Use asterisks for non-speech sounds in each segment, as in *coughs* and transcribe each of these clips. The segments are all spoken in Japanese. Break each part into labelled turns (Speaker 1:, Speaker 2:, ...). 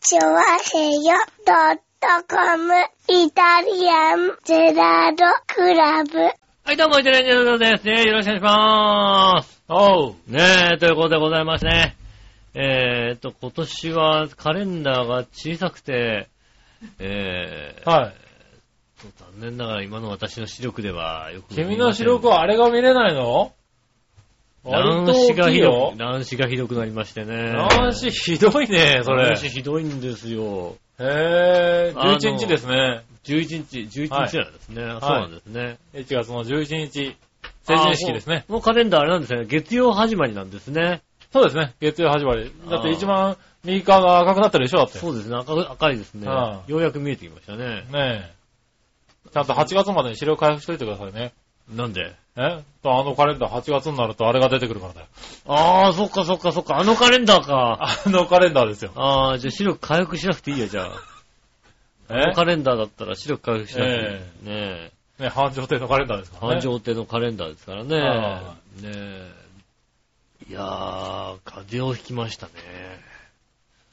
Speaker 1: チョワヘヨドットコムイタリアンゼラードクラブ。
Speaker 2: はい、どうも、イタリアンジェラードです。ねよろしくお願いします。おう、ねえ、ということでございましてね。えーっと、今年はカレンダーが小さくて、え
Speaker 3: *laughs*
Speaker 2: ー、
Speaker 3: はい。
Speaker 2: ちょっと残念ながら今の私の視力ではよく見えません
Speaker 3: 君の視力はあれが見れないの割と
Speaker 2: 乱視
Speaker 3: 大
Speaker 2: が
Speaker 3: きい
Speaker 2: ひど
Speaker 3: よ
Speaker 2: く、。乱視がひどくなりましてね。
Speaker 3: 乱視ひどいね、それ
Speaker 2: 乱。視ひどいんですよ。
Speaker 3: へぇー、
Speaker 2: あの
Speaker 3: 11日ですね。
Speaker 2: 11日、11日なんですね。そうなんですね。
Speaker 3: 1月の11日、成人式ですね。
Speaker 2: あー。もうもうカレンダーあれなんですね。月曜始まりなんですね。
Speaker 3: そうですね、月曜始まり。だっ
Speaker 2: あ
Speaker 3: て
Speaker 2: ー
Speaker 3: 一番右側が赤くなってるでしょ、だって。
Speaker 2: そうですね。赤赤いですね。
Speaker 3: あ
Speaker 2: よ
Speaker 3: ー
Speaker 2: うやく見えてきましたね。
Speaker 3: ねえ。ちゃんと8月までに資料回復しといてくださいね。
Speaker 2: なんで
Speaker 3: えあのカレンダー8月になるとあれが出てくるからだよ。
Speaker 2: ああ、そっかそっかそっか。あのカレンダーか。
Speaker 3: あのカレンダーですよ。
Speaker 2: ああ、じゃあ視力回復しなくていいや、じゃあ。
Speaker 3: え
Speaker 2: あのカレンダーだったら視力回復しなくていい。
Speaker 3: え
Speaker 2: ねえ。
Speaker 3: ね、繁盛亭のカレンダーですからね。
Speaker 2: 繁盛亭のカレンダーですから
Speaker 3: は
Speaker 2: ね。ねえ。いやー、風邪をひきましたね。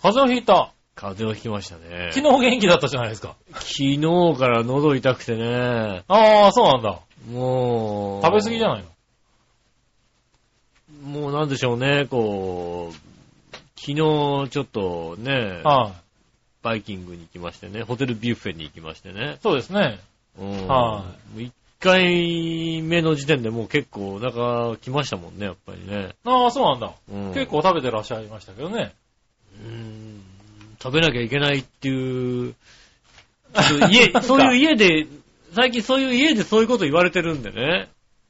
Speaker 3: 風邪をひいた。
Speaker 2: 風邪をひきましたね。
Speaker 3: 昨日元気だったじゃないですか。
Speaker 2: 昨日から喉痛くてね。
Speaker 3: ああ、そうなんだ。
Speaker 2: もう。
Speaker 3: 食べ過ぎじゃ
Speaker 2: い
Speaker 3: ないの
Speaker 2: もうなんでしょうね、こう。昨日、ちょっとね、
Speaker 3: はい、
Speaker 2: バイキングに行きましてね、ホテルビュッフェに行きましてね。
Speaker 3: そうですね。
Speaker 2: うん
Speaker 3: は
Speaker 2: もう一回目の時点でもう結構お腹来ましたもんね、やっぱりね。
Speaker 3: ああ、そうなんだ。
Speaker 2: うん
Speaker 3: 結構食べてらっしゃいましたけどね。
Speaker 2: うん食べなきゃいけないっていう、 *laughs* そうい
Speaker 3: *laughs*
Speaker 2: う家、そういう家で、最近そういう家でそういうこと言われてるんでね。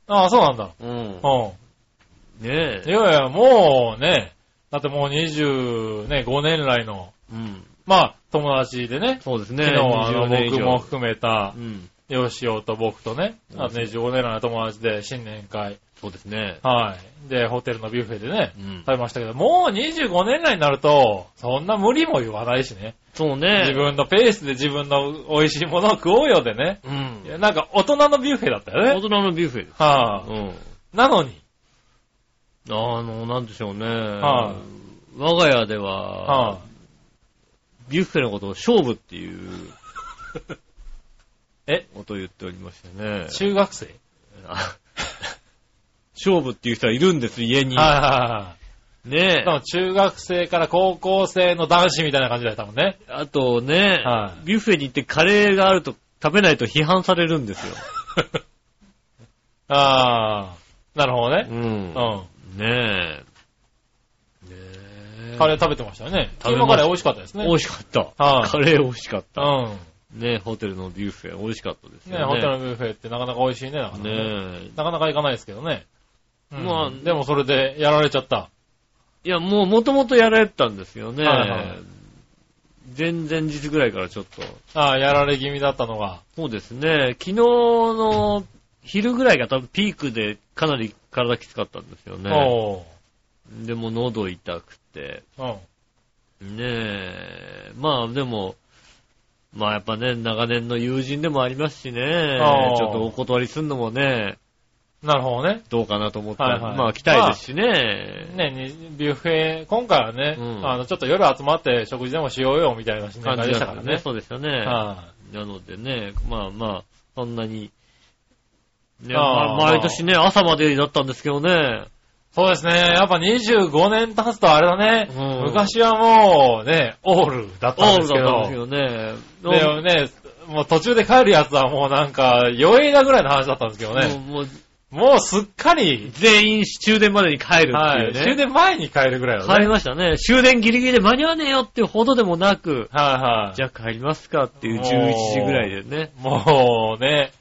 Speaker 3: ああ、そうなんだ。
Speaker 2: うん。
Speaker 3: う
Speaker 2: ね
Speaker 3: ん。い
Speaker 2: え。
Speaker 3: やいや、もうね、だってもう25年来の、
Speaker 2: うん。
Speaker 3: まあ、友達でね、
Speaker 2: そうですね。
Speaker 3: 昨日はあ
Speaker 2: 20
Speaker 3: の
Speaker 2: 年以
Speaker 3: 僕
Speaker 2: 上
Speaker 3: も含めた
Speaker 2: う、ん。
Speaker 3: ヨシオと僕とね、あとね、15年来の友達で新年会、
Speaker 2: そうですね。
Speaker 3: はい。で、ホテルのビュッフェでね、
Speaker 2: うん
Speaker 3: 食。べましたけど、もう25年来になると、そんな無理も言わないしね。
Speaker 2: そうね。
Speaker 3: 自分のペースで自分の美味しいものを食おうよでね。
Speaker 2: うん
Speaker 3: い。やなんか大人のビュッフェだったよね。
Speaker 2: 大人のビュッフェです。
Speaker 3: は
Speaker 2: う
Speaker 3: あ、
Speaker 2: ん。
Speaker 3: なのに。
Speaker 2: あの、なんでしょうね。
Speaker 3: はい
Speaker 2: 我が家で
Speaker 3: は
Speaker 2: は
Speaker 3: あ、、
Speaker 2: ビュッフェのことを勝負っていう、
Speaker 3: え
Speaker 2: ことを言っておりましてね。
Speaker 3: 中学生
Speaker 2: あ勝負っていう人はいるんです、家に。
Speaker 3: はいはいはいはい。
Speaker 2: ねえ
Speaker 3: しか。も中学生から高校生の男子みたいな感じだったもんね。
Speaker 2: あとね、
Speaker 3: はい
Speaker 2: ビュッフェに行ってカレーがあると食べないと批判されるんですよ。
Speaker 3: ああ、なるほどね
Speaker 2: う。。
Speaker 3: うんん。
Speaker 2: ねえ。ねえ。
Speaker 3: カレー食べてましたよね。
Speaker 2: 食べ
Speaker 3: キ
Speaker 2: ました
Speaker 3: ーマカレー美味しかったですね。
Speaker 2: 美味しかった。
Speaker 3: はい
Speaker 2: カレー美味しかっ
Speaker 3: う
Speaker 2: た。
Speaker 3: ん。
Speaker 2: ねえ、ホテルのビュッフェ美味しかったですよ
Speaker 3: ね、ホテルのビュッフェってなかなか美味しいね。なかなか
Speaker 2: ね
Speaker 3: ね
Speaker 2: え。
Speaker 3: なかなか行かないですけどね。うん
Speaker 2: まあ
Speaker 3: でもそれでやられちゃった。
Speaker 2: いや、もう、もともとやられてたんですよね。
Speaker 3: はいはい
Speaker 2: 前々日ぐらいからちょっと。
Speaker 3: ああ、やられ気味だったのが。
Speaker 2: そうですね。昨日の昼ぐらいが多分ピークでかなり体きつかったんですよね。
Speaker 3: おう
Speaker 2: でも喉痛くて。
Speaker 3: うん。
Speaker 2: ねえ。まあでも、まあやっぱね、長年の友人でもありますしね
Speaker 3: あ。ー
Speaker 2: ちょっとお断りするのもね、
Speaker 3: なるほどね。
Speaker 2: どうかなと思って、
Speaker 3: はいはい
Speaker 2: まあ来たいですしね。
Speaker 3: ね、にビュッフェ、今回はね、
Speaker 2: うん
Speaker 3: あの、ちょっと夜集まって食事でもしようよ、みたいな新年会でしたからね。
Speaker 2: そうですよね。
Speaker 3: は
Speaker 2: なのでね、まあまあ、そんなに、ね、ま
Speaker 3: あー
Speaker 2: 毎年ね、朝までだったんですけどね。
Speaker 3: いそうですね。やっぱ25年経つとあれだね、
Speaker 2: うん
Speaker 3: 昔はもうね、オールだったんですけ
Speaker 2: だ
Speaker 3: ど
Speaker 2: っ、たんですよね。
Speaker 3: でもね、もう途中で帰るやつはもうなんか、余韻だぐらいの話だったんですけど
Speaker 2: もう
Speaker 3: ね、
Speaker 2: もう
Speaker 3: もうすっかり、
Speaker 2: 全員終電までに帰るって
Speaker 3: はいい、
Speaker 2: うね。
Speaker 3: 終電前に帰るぐらい
Speaker 2: 帰
Speaker 3: だ
Speaker 2: り
Speaker 3: ね。
Speaker 2: ましたね。終電ギリギリで間に合わねえよっていうほどでもなく、
Speaker 3: はいはい
Speaker 2: じ。ゃあ帰りますかっていう11時ぐらいでね、
Speaker 3: もうね、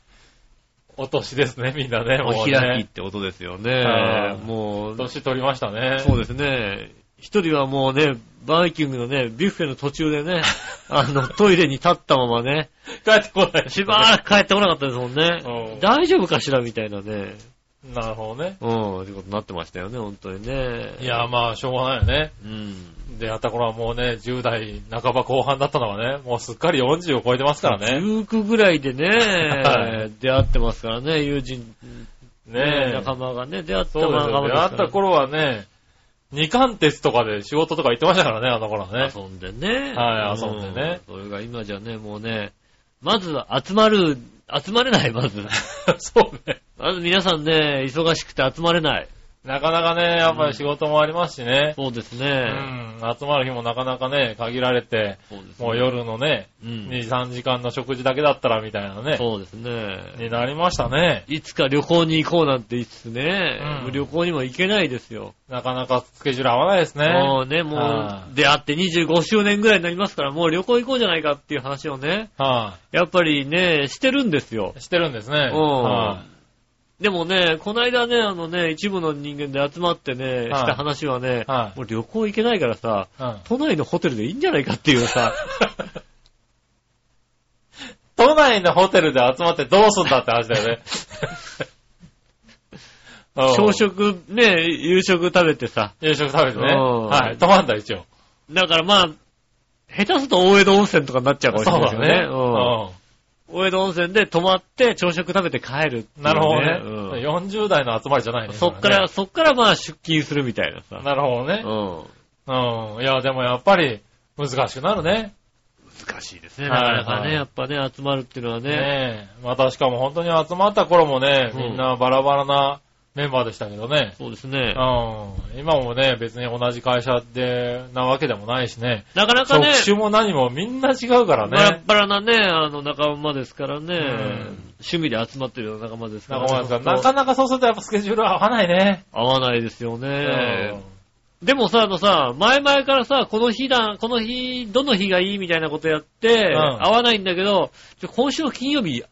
Speaker 3: お年ですね、みんなね、
Speaker 2: お
Speaker 3: もう
Speaker 2: 開きっ
Speaker 3: ね。
Speaker 2: てことですよ
Speaker 3: は
Speaker 2: ね
Speaker 3: い。
Speaker 2: もう、
Speaker 3: 年取りましたね。
Speaker 2: そうですね。一人はもうね、バイキングのね、ビュッフェの途中で
Speaker 3: *laughs*
Speaker 2: ね、あの、トイレに立ったままね、
Speaker 3: 帰ってこない。
Speaker 2: しばらく帰ってこなかったですもん
Speaker 3: う
Speaker 2: ね
Speaker 3: ん。
Speaker 2: 大丈夫かしらみたいなね、
Speaker 3: なるほどね。
Speaker 2: うん、ってことになってましたよね、本当にね。
Speaker 3: いや、まあ、しょうがないよね。
Speaker 2: うん。
Speaker 3: 出会った頃はもうね、10代半ば後半だったのはね、もうすっかり40を超えてますからね。
Speaker 2: 19ぐらいで
Speaker 3: は
Speaker 2: ね、出会ってますからね、友人、
Speaker 3: ねえ。
Speaker 2: 仲間がね、出会った
Speaker 3: そうです
Speaker 2: 仲
Speaker 3: よ。
Speaker 2: 間
Speaker 3: 出
Speaker 2: です
Speaker 3: 会
Speaker 2: か
Speaker 3: っ
Speaker 2: ら
Speaker 3: た頃はね、二冠鉄とかで仕事とか行ってましたからね、あの頃はね。
Speaker 2: 遊んでね。
Speaker 3: はい遊んでね
Speaker 2: うん。それが今じゃね、もうね、まず集まる、集まれない、ま
Speaker 3: *laughs*
Speaker 2: ず。
Speaker 3: そうね。
Speaker 2: まず皆さんね、忙しくて集まれない。
Speaker 3: なかなかね、やっぱり仕事もありますしね。
Speaker 2: そうです
Speaker 3: う
Speaker 2: ね。
Speaker 3: ん。集まる日もなかなかね、限られて、
Speaker 2: そうですね。
Speaker 3: もう夜のね、
Speaker 2: うん
Speaker 3: 2、3時間の食事だけだったらみたいなね、
Speaker 2: そうですね。
Speaker 3: になりましたね。
Speaker 2: いつか旅行に行こうなんて言いつつね、
Speaker 3: うん
Speaker 2: 旅行にも行けないですよ。
Speaker 3: なかなかスケジュール合わないですね。
Speaker 2: もうね、
Speaker 3: は
Speaker 2: もう、
Speaker 3: い
Speaker 2: 出会って25周年ぐらいになりますから、もう旅行行こうじゃないかっていう話をね、
Speaker 3: は
Speaker 2: やっぱりね、してるんですよ
Speaker 3: い。。してるんですね。
Speaker 2: うん
Speaker 3: は
Speaker 2: でもね、この間ね、あのね、一部の人間で集まってね、
Speaker 3: はい
Speaker 2: した話はね、
Speaker 3: はい
Speaker 2: もう旅行行けないからさ、
Speaker 3: いうん
Speaker 2: 都内のホテルでいいんじゃないかっていうさ、
Speaker 3: *laughs* 都内のホテルで集まってどうすんだって話だ *laughs* よね。 *laughs* うん
Speaker 2: 朝。食、ね、夕食食べてさ、
Speaker 3: 夕食食べてね。
Speaker 2: うん
Speaker 3: はい。泊まんだ、一応。
Speaker 2: だからまあ、下手すると大江戸温泉とかになっちゃうか
Speaker 3: そ
Speaker 2: も
Speaker 3: う
Speaker 2: しれない
Speaker 3: だ
Speaker 2: で
Speaker 3: ね。
Speaker 2: すよね。うん大江戸温泉で泊まって朝食食べて帰るっていう
Speaker 3: なるほどね。
Speaker 2: うん
Speaker 3: 40代の集まりじゃないね。
Speaker 2: そっから、
Speaker 3: そ
Speaker 2: そっからまあ出勤するみたいな
Speaker 3: れ
Speaker 2: さ
Speaker 3: ね。。なるほどね。
Speaker 2: う
Speaker 3: うん。いや、でもやっぱり、難しくなるね。
Speaker 2: ん。難しいですね。な
Speaker 3: はい
Speaker 2: か
Speaker 3: は
Speaker 2: なか
Speaker 3: い
Speaker 2: ね、やっぱね、集まるっていうのはね。
Speaker 3: ねえ。またしかも本当に集まった頃もね、
Speaker 2: うん
Speaker 3: みんなバラバラなメンバーでしたけどね。
Speaker 2: そうですね。
Speaker 3: うん。今もね、別に同じ会社で、なわけでもないしね。
Speaker 2: なかなか
Speaker 3: 職
Speaker 2: ね、
Speaker 3: 種も何もみんな違うから
Speaker 2: バラ
Speaker 3: ね
Speaker 2: ッ。バラなね、あの仲間ですからね、
Speaker 3: ん
Speaker 2: 趣味で集まってるような仲間ですから、
Speaker 3: 仲間ですからな
Speaker 2: そう
Speaker 3: かなかそうするとやっぱスケジュール合わないね。
Speaker 2: 合わないですよね。でもさ、あのさ、前々からさ、この日だ、この日、どの日がいいみたいなことやって、
Speaker 3: ん
Speaker 2: 合わないんだけど、ちょ今週の金曜日、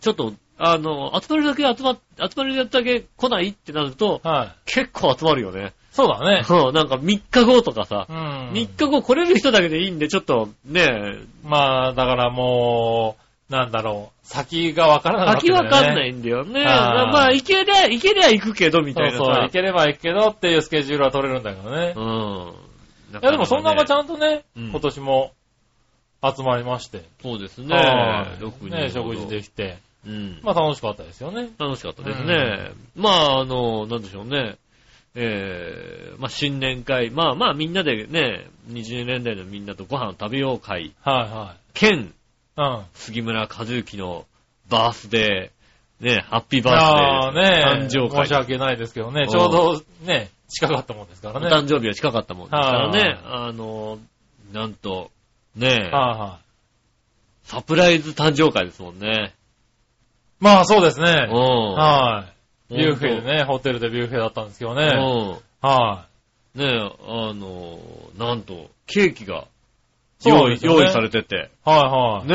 Speaker 2: ちょっと、あの、集まるだけ集まっ、集まるだけ来ないってなると、
Speaker 3: うんはい。
Speaker 2: 結構集まるよね。
Speaker 3: そうだね。
Speaker 2: そう、なんか3日後とかさ
Speaker 3: う、ん。
Speaker 2: 3日後来れる人だけでいいんで、ちょっとね、
Speaker 3: まあ、だからもう、なんだろう。先がわからなかった。
Speaker 2: 先わかんないいんだよね。
Speaker 3: あー
Speaker 2: まあ、行けりゃ、行けりゃ行くけど、み
Speaker 3: そ
Speaker 2: た
Speaker 3: う
Speaker 2: いな
Speaker 3: そう。
Speaker 2: さ
Speaker 3: 行。ければ行くけどっていうスケジュールは取れるんだけどね。
Speaker 2: うん。
Speaker 3: いや、でもそんな中ち
Speaker 2: ん。
Speaker 3: ゃんとね、
Speaker 2: うん
Speaker 3: 今年も集まりまして。
Speaker 2: そうですね
Speaker 3: はい。
Speaker 2: 6人
Speaker 3: ね、
Speaker 2: ほど
Speaker 3: 食事できて。
Speaker 2: うん。
Speaker 3: まあ楽しかったですよね。
Speaker 2: 楽しかったですね。まあ、あの、なんでしょうね。えー、まあ、新年会。まあまあ、みんなでね、20年代のみんなとご飯を食べよう会。
Speaker 3: は
Speaker 2: 兼、
Speaker 3: いはい。うん。
Speaker 2: 杉村和幸のバースデー。ね、ハッピーバー
Speaker 3: あ
Speaker 2: スデー。
Speaker 3: あね、
Speaker 2: 誕生会
Speaker 3: 申し。訳ないですけどね
Speaker 2: う、ん
Speaker 3: ちょうどね、近かったもんですから
Speaker 2: お
Speaker 3: ね。はい
Speaker 2: 誕生日は近かったもんですからね。あの、なんと、ね
Speaker 3: はい。
Speaker 2: サプライズ誕生会ですもんね。
Speaker 3: まあそうです
Speaker 2: う
Speaker 3: ね
Speaker 2: ん。。
Speaker 3: はい。ビュッフェでね、ホテルでビュッフェだったんですけど
Speaker 2: う
Speaker 3: ね。
Speaker 2: ん。
Speaker 3: は
Speaker 2: ねえ、あの、なんと、ケーキが
Speaker 3: そうな
Speaker 2: 用
Speaker 3: ん
Speaker 2: 意,、
Speaker 3: ですよね
Speaker 2: 用意されてて。
Speaker 3: い。はい
Speaker 2: ね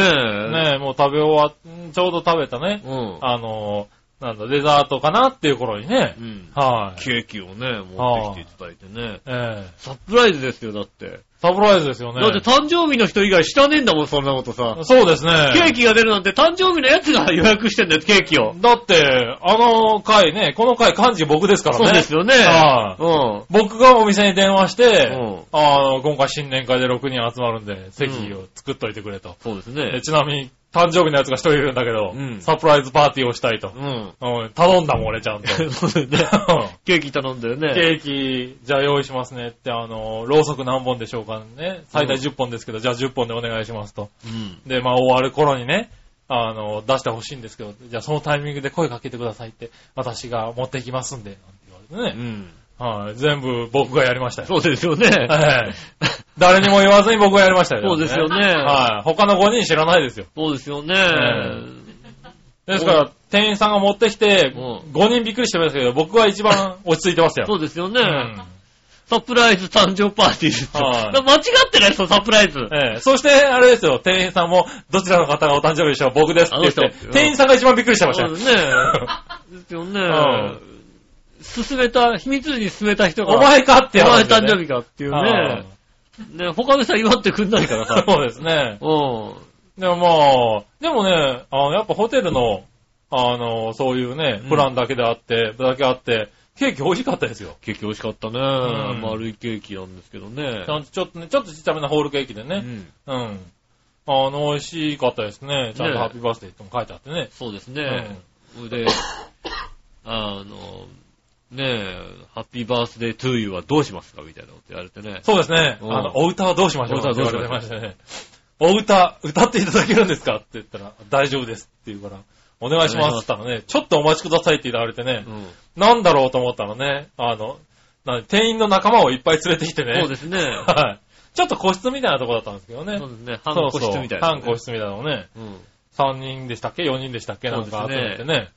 Speaker 2: え。
Speaker 3: はい。ねもう食べ終わっ、んちょうど食べたね
Speaker 2: う、ん。
Speaker 3: あの、なんだ、デザートかなっていう頃にね
Speaker 2: う。ん。
Speaker 3: はい。
Speaker 2: ケーキをね、持ってきていただいてね。
Speaker 3: ええ。
Speaker 2: サプライズですよ、だって。
Speaker 3: サプライズですよね
Speaker 2: だ。って誕生日の人以外知らねえんだもん、そんなことさ。
Speaker 3: そうですね。
Speaker 2: ケーキが出るなんて誕生日のやつが予約してん *laughs* だよ、ケーキを。
Speaker 3: だって、あの回ね、この回漢字僕ですからね。
Speaker 2: そうですよね。
Speaker 3: は
Speaker 2: うん。
Speaker 3: 僕がお店に電話して、
Speaker 2: うん
Speaker 3: あー今回新年会で6人集まるんで、席を作っといてくれと。
Speaker 2: そうです
Speaker 3: え
Speaker 2: ね。
Speaker 3: ちなみに、誕生日のやつが一人いるんだけど、
Speaker 2: うん
Speaker 3: サプライズパーティーをしたいと
Speaker 2: う。ん。
Speaker 3: うん、頼んだもん、俺
Speaker 2: *laughs*
Speaker 3: ちゃんと。
Speaker 2: そうですね。
Speaker 3: う
Speaker 2: ケーキ頼んだよ
Speaker 3: ん
Speaker 2: ね。
Speaker 3: ケーキ、じゃあ用意しますねって、あの、ろうそく何本でしょうかね。最大10本ですけど、じゃあ10本でお願いしますと。
Speaker 2: うん。
Speaker 3: で、まあ終わる頃にね、あの、出してほしいんですけど、じゃあそのタイミングで声かけてくださいって、私が持ってきますんで、なんて言われ
Speaker 2: う
Speaker 3: てね。
Speaker 2: ん。
Speaker 3: はい、全部僕がやりましたよ。
Speaker 2: そうですよね。
Speaker 3: はい。 *laughs* 誰にも言わずに僕がやりましたよ。
Speaker 2: そうですよね
Speaker 3: はい。他の5人知らないですよ。
Speaker 2: そうですよね。
Speaker 3: ですから、店員さんが持ってきて、
Speaker 2: う
Speaker 3: 5人びっくりしてますけど、僕は一番落ち着いてますよ。
Speaker 2: そうですよね。
Speaker 3: うん
Speaker 2: サプライズ誕生パーティーですよ。
Speaker 3: はい
Speaker 2: 間違ってないですよ、サプライズ。
Speaker 3: ええそして、あれですよ、店員さんも、どちらの方がお誕生日でしょう、僕ですって言っ
Speaker 2: あの
Speaker 3: て
Speaker 2: 人、
Speaker 3: 店員さんが一番びっくりしてました
Speaker 2: そ
Speaker 3: よ
Speaker 2: う。ですね。ですよね。進めた、秘密裏に進めた人が、
Speaker 3: *laughs* お前かって
Speaker 2: お前
Speaker 3: 話だよ
Speaker 2: 誕
Speaker 3: ね
Speaker 2: 生日かっていう
Speaker 3: はい
Speaker 2: ね。ね、他の人は祝ってくんないから *laughs* さ。
Speaker 3: そうですね。
Speaker 2: うん。
Speaker 3: でもまあ、でもね、あのやっぱホテルの、あの、そういうね
Speaker 2: うん、
Speaker 3: プランだけであって、だけあって、ケーキ美味しかったですよ。
Speaker 2: ケーキ美味しかったね。
Speaker 3: ん
Speaker 2: 丸いケーキなんですけどね
Speaker 3: ち。ゃんとちょっとね、ちょっとちっちゃめなホールケーキで
Speaker 2: う
Speaker 3: ね。
Speaker 2: ん。
Speaker 3: うん。あの、美味しかったですね。ちゃん
Speaker 2: ね
Speaker 3: とハッピーバースデーっても書いてあってね。
Speaker 2: そうですね。それで、あの、ねえ、ハッピーバースデートゥーユーはどうしますかみたいなこと言われてね。
Speaker 3: そうですね。あ
Speaker 2: うん
Speaker 3: の、お歌はどうしましょう
Speaker 2: お歌はどうし
Speaker 3: って
Speaker 2: ましょう
Speaker 3: 言われてましたね。お歌、歌っていただけるんですかって言ったら、大丈夫ですって言うから、お願いしますって言ったらね、ちょっとお待ちくださいって言われてね、
Speaker 2: うん。
Speaker 3: なんだろうと思ったらね、あの、な店員の仲間をいっぱい連れてきてね。
Speaker 2: そうですね。 *laughs*
Speaker 3: はい。ちょっと個室みたいなとこだったんですけどね。
Speaker 2: そうですね。半個室みたいな、
Speaker 3: 半個。室みたいなのね。
Speaker 2: うん。
Speaker 3: 3人でしたっけ ?4 人でしたっけなんか
Speaker 2: そうで
Speaker 3: 集
Speaker 2: すね
Speaker 3: めてね。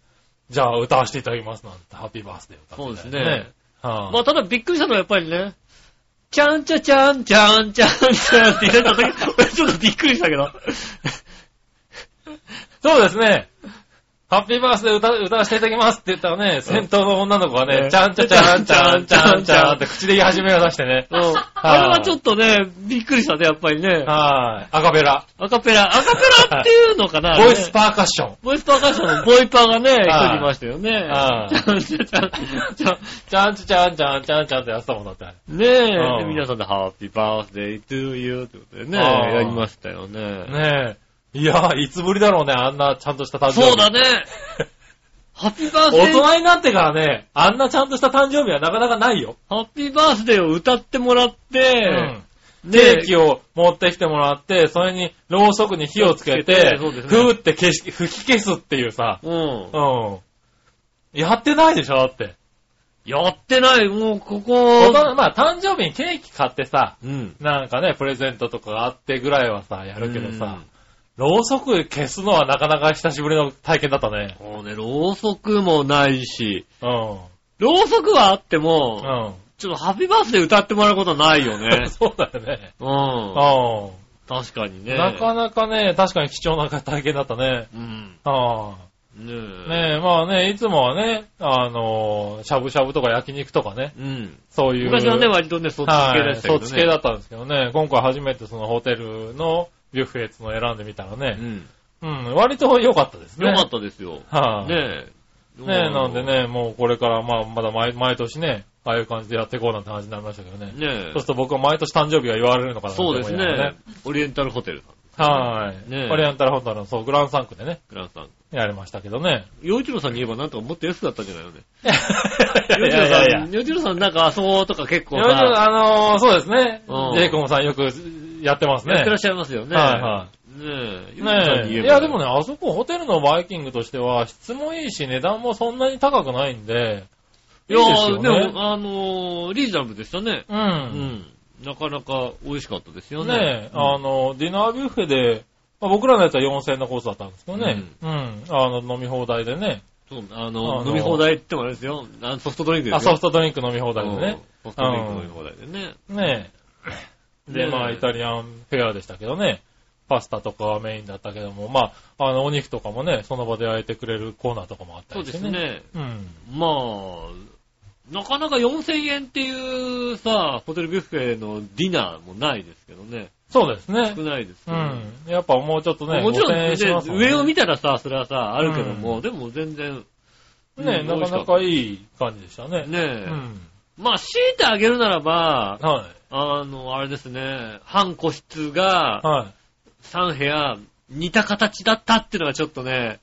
Speaker 3: じゃあ歌わせていただきますなんて、ハッピーバースデー歌って
Speaker 2: そうです
Speaker 3: みたいな
Speaker 2: ね。。
Speaker 3: はあ
Speaker 2: まあ、ただびっくりしたのはやっぱりね、ちゃんちゃちゃんちゃんちゃんちゃんって言った時、 *laughs* 俺ちょっとびっくりしたけど。
Speaker 3: そうですね。ハッピーバースデー歌歌わせていただきますって言ったらね、先頭の女の子が
Speaker 2: う
Speaker 3: ね、
Speaker 2: ん
Speaker 3: ちゃんちゃちゃんちゃんちゃんちゃんって口で言い始めを出して
Speaker 2: *laughs*
Speaker 3: ね。
Speaker 2: うん。あれはちょっとね、びっくりしたね、やっぱりね。
Speaker 3: はい。アカベラ。
Speaker 2: アカペラ、アカペラっていうのかな、
Speaker 3: *laughs* ボイス
Speaker 2: ー。
Speaker 3: パーカッション。
Speaker 2: ボイスパーカッションのボイパーがね、一人いましたよね。
Speaker 3: ああ
Speaker 2: ちゃんちゃちゃんちゃん。
Speaker 3: ちゃんちゃんちゃんちゃんちゃんってやってたもんだって。
Speaker 2: ねえ、
Speaker 3: う
Speaker 2: で
Speaker 3: ん
Speaker 2: 皆さんでハッピーバースデートゥーユーってことでね、
Speaker 3: ああ
Speaker 2: やりましたよね。
Speaker 3: ねえ。いや、いつぶりだろうね、あんなちゃんとした誕生日。
Speaker 2: そう
Speaker 3: *laughs*
Speaker 2: だ。ね。ハッピーバースデ
Speaker 3: 大
Speaker 2: ー、
Speaker 3: 人になってからね、あんなちゃんとした誕生日はなかなかないよ。
Speaker 2: ハッピーバースデーを歌ってもらって、
Speaker 3: ケ
Speaker 2: ね
Speaker 3: ーキを持ってきてもらって、それにろうそくに火をつけて、
Speaker 2: そうですね
Speaker 3: ふーって消し、吹き消すっていうさ。
Speaker 2: うん。
Speaker 3: うん。やってないでしょだって。
Speaker 2: やってない、もうこ
Speaker 3: 大
Speaker 2: こ。
Speaker 3: 人まあ、誕生日にケーキ買ってさ、
Speaker 2: うん。
Speaker 3: なんかね、プレゼントとかがあってぐらいはさ、やるけどさ、ろうそく消すのはなかなか久しぶりの体験だったね。
Speaker 2: うん。もうね、ろうそくもないし、
Speaker 3: うん。
Speaker 2: ろうそくはあっても、
Speaker 3: う
Speaker 2: ちょっとハッピーバースデー歌ってもらうことはないよね
Speaker 3: *laughs* ん。。そうだよね。
Speaker 2: うん。
Speaker 3: う
Speaker 2: 確かにね。
Speaker 3: ん。なかなかね、確かに貴重な体験だったね。
Speaker 2: うん。ね
Speaker 3: ああ。
Speaker 2: え。
Speaker 3: ねえ、まあね、いつもはね、あのしゃぶしゃぶとか焼肉とかね、
Speaker 2: うん。
Speaker 3: そういう。
Speaker 2: 昔はね、割とね、そっち系でしたけどね。
Speaker 3: はい、そっち系だったんですけどね、今回初めてそのホテルのビュッフェーツの選んでみたら
Speaker 2: う
Speaker 3: ね、
Speaker 2: ん。
Speaker 3: うん、割と良かったですね。。
Speaker 2: よかったたですよ。
Speaker 3: はい、ね
Speaker 2: ねえ。
Speaker 3: え。なんで。ね、もうこれから、まあ、まだ毎毎年ね、ああいう感じでやっていこうなんて話になりましたけどね。
Speaker 2: ね
Speaker 3: そうすると僕は毎年誕生日が言われるのか
Speaker 2: え。
Speaker 3: な
Speaker 2: そうです
Speaker 3: なんて思いながら
Speaker 2: ね。。オリエンタルホテルさん、
Speaker 3: はい。
Speaker 2: ねえ
Speaker 3: オリエンタルホテルの、そう、グランサンクでね、
Speaker 2: グランさん。
Speaker 3: やりましたけどね。
Speaker 2: 洋一郎さんに言えばなんとかもっと安くなったんじゃ *laughs* ないのね。洋
Speaker 3: いやい
Speaker 2: 一郎
Speaker 3: やい
Speaker 2: さ
Speaker 3: や
Speaker 2: ん、。洋一郎さんなんかそうとか結構
Speaker 3: いやいや
Speaker 2: さ、
Speaker 3: あのー、そうですね。ジ
Speaker 2: うん
Speaker 3: ェイコムさんよくやってますね。
Speaker 2: やってらっしゃいますよね。。
Speaker 3: はいはい
Speaker 2: ねえ。洋一郎さん
Speaker 3: ね
Speaker 2: に
Speaker 3: え。
Speaker 2: 言えば。
Speaker 3: いや、でもね、あそこホテルのバイキングとしては、質もいいし、値段もそんなに高くないんで、
Speaker 2: い
Speaker 3: いいですよ
Speaker 2: や、
Speaker 3: ね。
Speaker 2: でも、あのー、リーズナブルでしたね。
Speaker 3: う。
Speaker 2: うんん。なかなか美味しかったですよね。
Speaker 3: ね
Speaker 2: う
Speaker 3: え、
Speaker 2: ん
Speaker 3: あの、ディナービュッフェで、まあ僕らのやつは4000円のコースだったんですけどね。うん。あの、飲み放題でね。
Speaker 2: そう、あの、
Speaker 3: あの
Speaker 2: 飲み放題って言ってもあれですよ。あのソフトドリンクですよ。
Speaker 3: あ、ソフトドリンク飲み放
Speaker 2: ト
Speaker 3: 題でね。。
Speaker 2: ソフトドリンク飲み放題でね。
Speaker 3: ねえ。
Speaker 2: ね
Speaker 3: で、
Speaker 2: え
Speaker 3: まあ、イタリアンフェアでしたけどね。パスタとかはメインだったけども、まあ、あの、お肉とかもね、その場で焼いてくれるコーナーとかもあった
Speaker 2: そう
Speaker 3: り
Speaker 2: で
Speaker 3: して
Speaker 2: すね。
Speaker 3: うん。
Speaker 2: まあ、なかなか4000円っていうさ、ホテルビュッフェのディナーもないですけどね。
Speaker 3: そうですね
Speaker 2: 少。ないですけ
Speaker 3: う
Speaker 2: どね。
Speaker 3: ん。やっぱもうちょっとね、
Speaker 2: もちろん、
Speaker 3: 5000円しますもんね
Speaker 2: 上を見たらさ、それはさ、あるけども、
Speaker 3: うん
Speaker 2: でも全然。
Speaker 3: ね、
Speaker 2: うん
Speaker 3: なかなかいい感じでしたね。
Speaker 2: ねえ。
Speaker 3: うん。
Speaker 2: まあ、強いてあげるならば、
Speaker 3: は
Speaker 2: あの、あれですね、半個室
Speaker 3: い。
Speaker 2: が
Speaker 3: は
Speaker 2: 3部屋、似た形だったっていうのがちょっとね、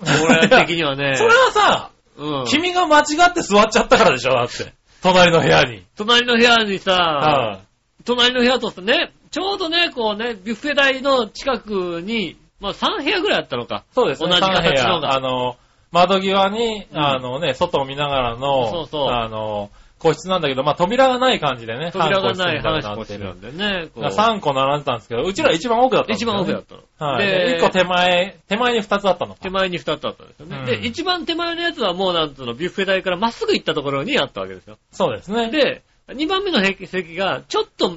Speaker 2: 俺的にはね
Speaker 3: い。、 *laughs* それはさ、
Speaker 2: うん、
Speaker 3: 君が間違って座っちゃったからでしょ、だって。隣の部屋に。
Speaker 2: 隣の部屋にさ、
Speaker 3: は
Speaker 2: 隣の部屋とさね、ちょうどね、こうね、ビュッフェ台の近くに、まあ3部屋ぐらいあったのか。
Speaker 3: い。そうですね。
Speaker 2: 同じ形のが
Speaker 3: 三部屋あの、窓際に、
Speaker 2: うん
Speaker 3: あのね、外を見ながら
Speaker 2: そう
Speaker 3: の
Speaker 2: そう、
Speaker 3: あの、個室なんだけど、まあ扉がない感じでね、
Speaker 2: 扉がない
Speaker 3: 半個室みた
Speaker 2: 話
Speaker 3: にな
Speaker 2: も
Speaker 3: っ
Speaker 2: して
Speaker 3: て
Speaker 2: る
Speaker 3: る
Speaker 2: ん。でね。こう
Speaker 3: 3個並んでたんですけど、うちら一番奥だったんです
Speaker 2: 一
Speaker 3: よ
Speaker 2: 番奥
Speaker 3: ね
Speaker 2: だったの。
Speaker 3: はい。
Speaker 2: で
Speaker 3: で、1個手前、手前に2つあったのか
Speaker 2: 手。前に2つあったんですよね。
Speaker 3: うん
Speaker 2: で、一番手前のやつはもうなんつうの、ビュッフェ台からまっすぐ行ったところにあったわけですよ。
Speaker 3: そうですね。
Speaker 2: で、2番目の席席が、ちょっと、ひ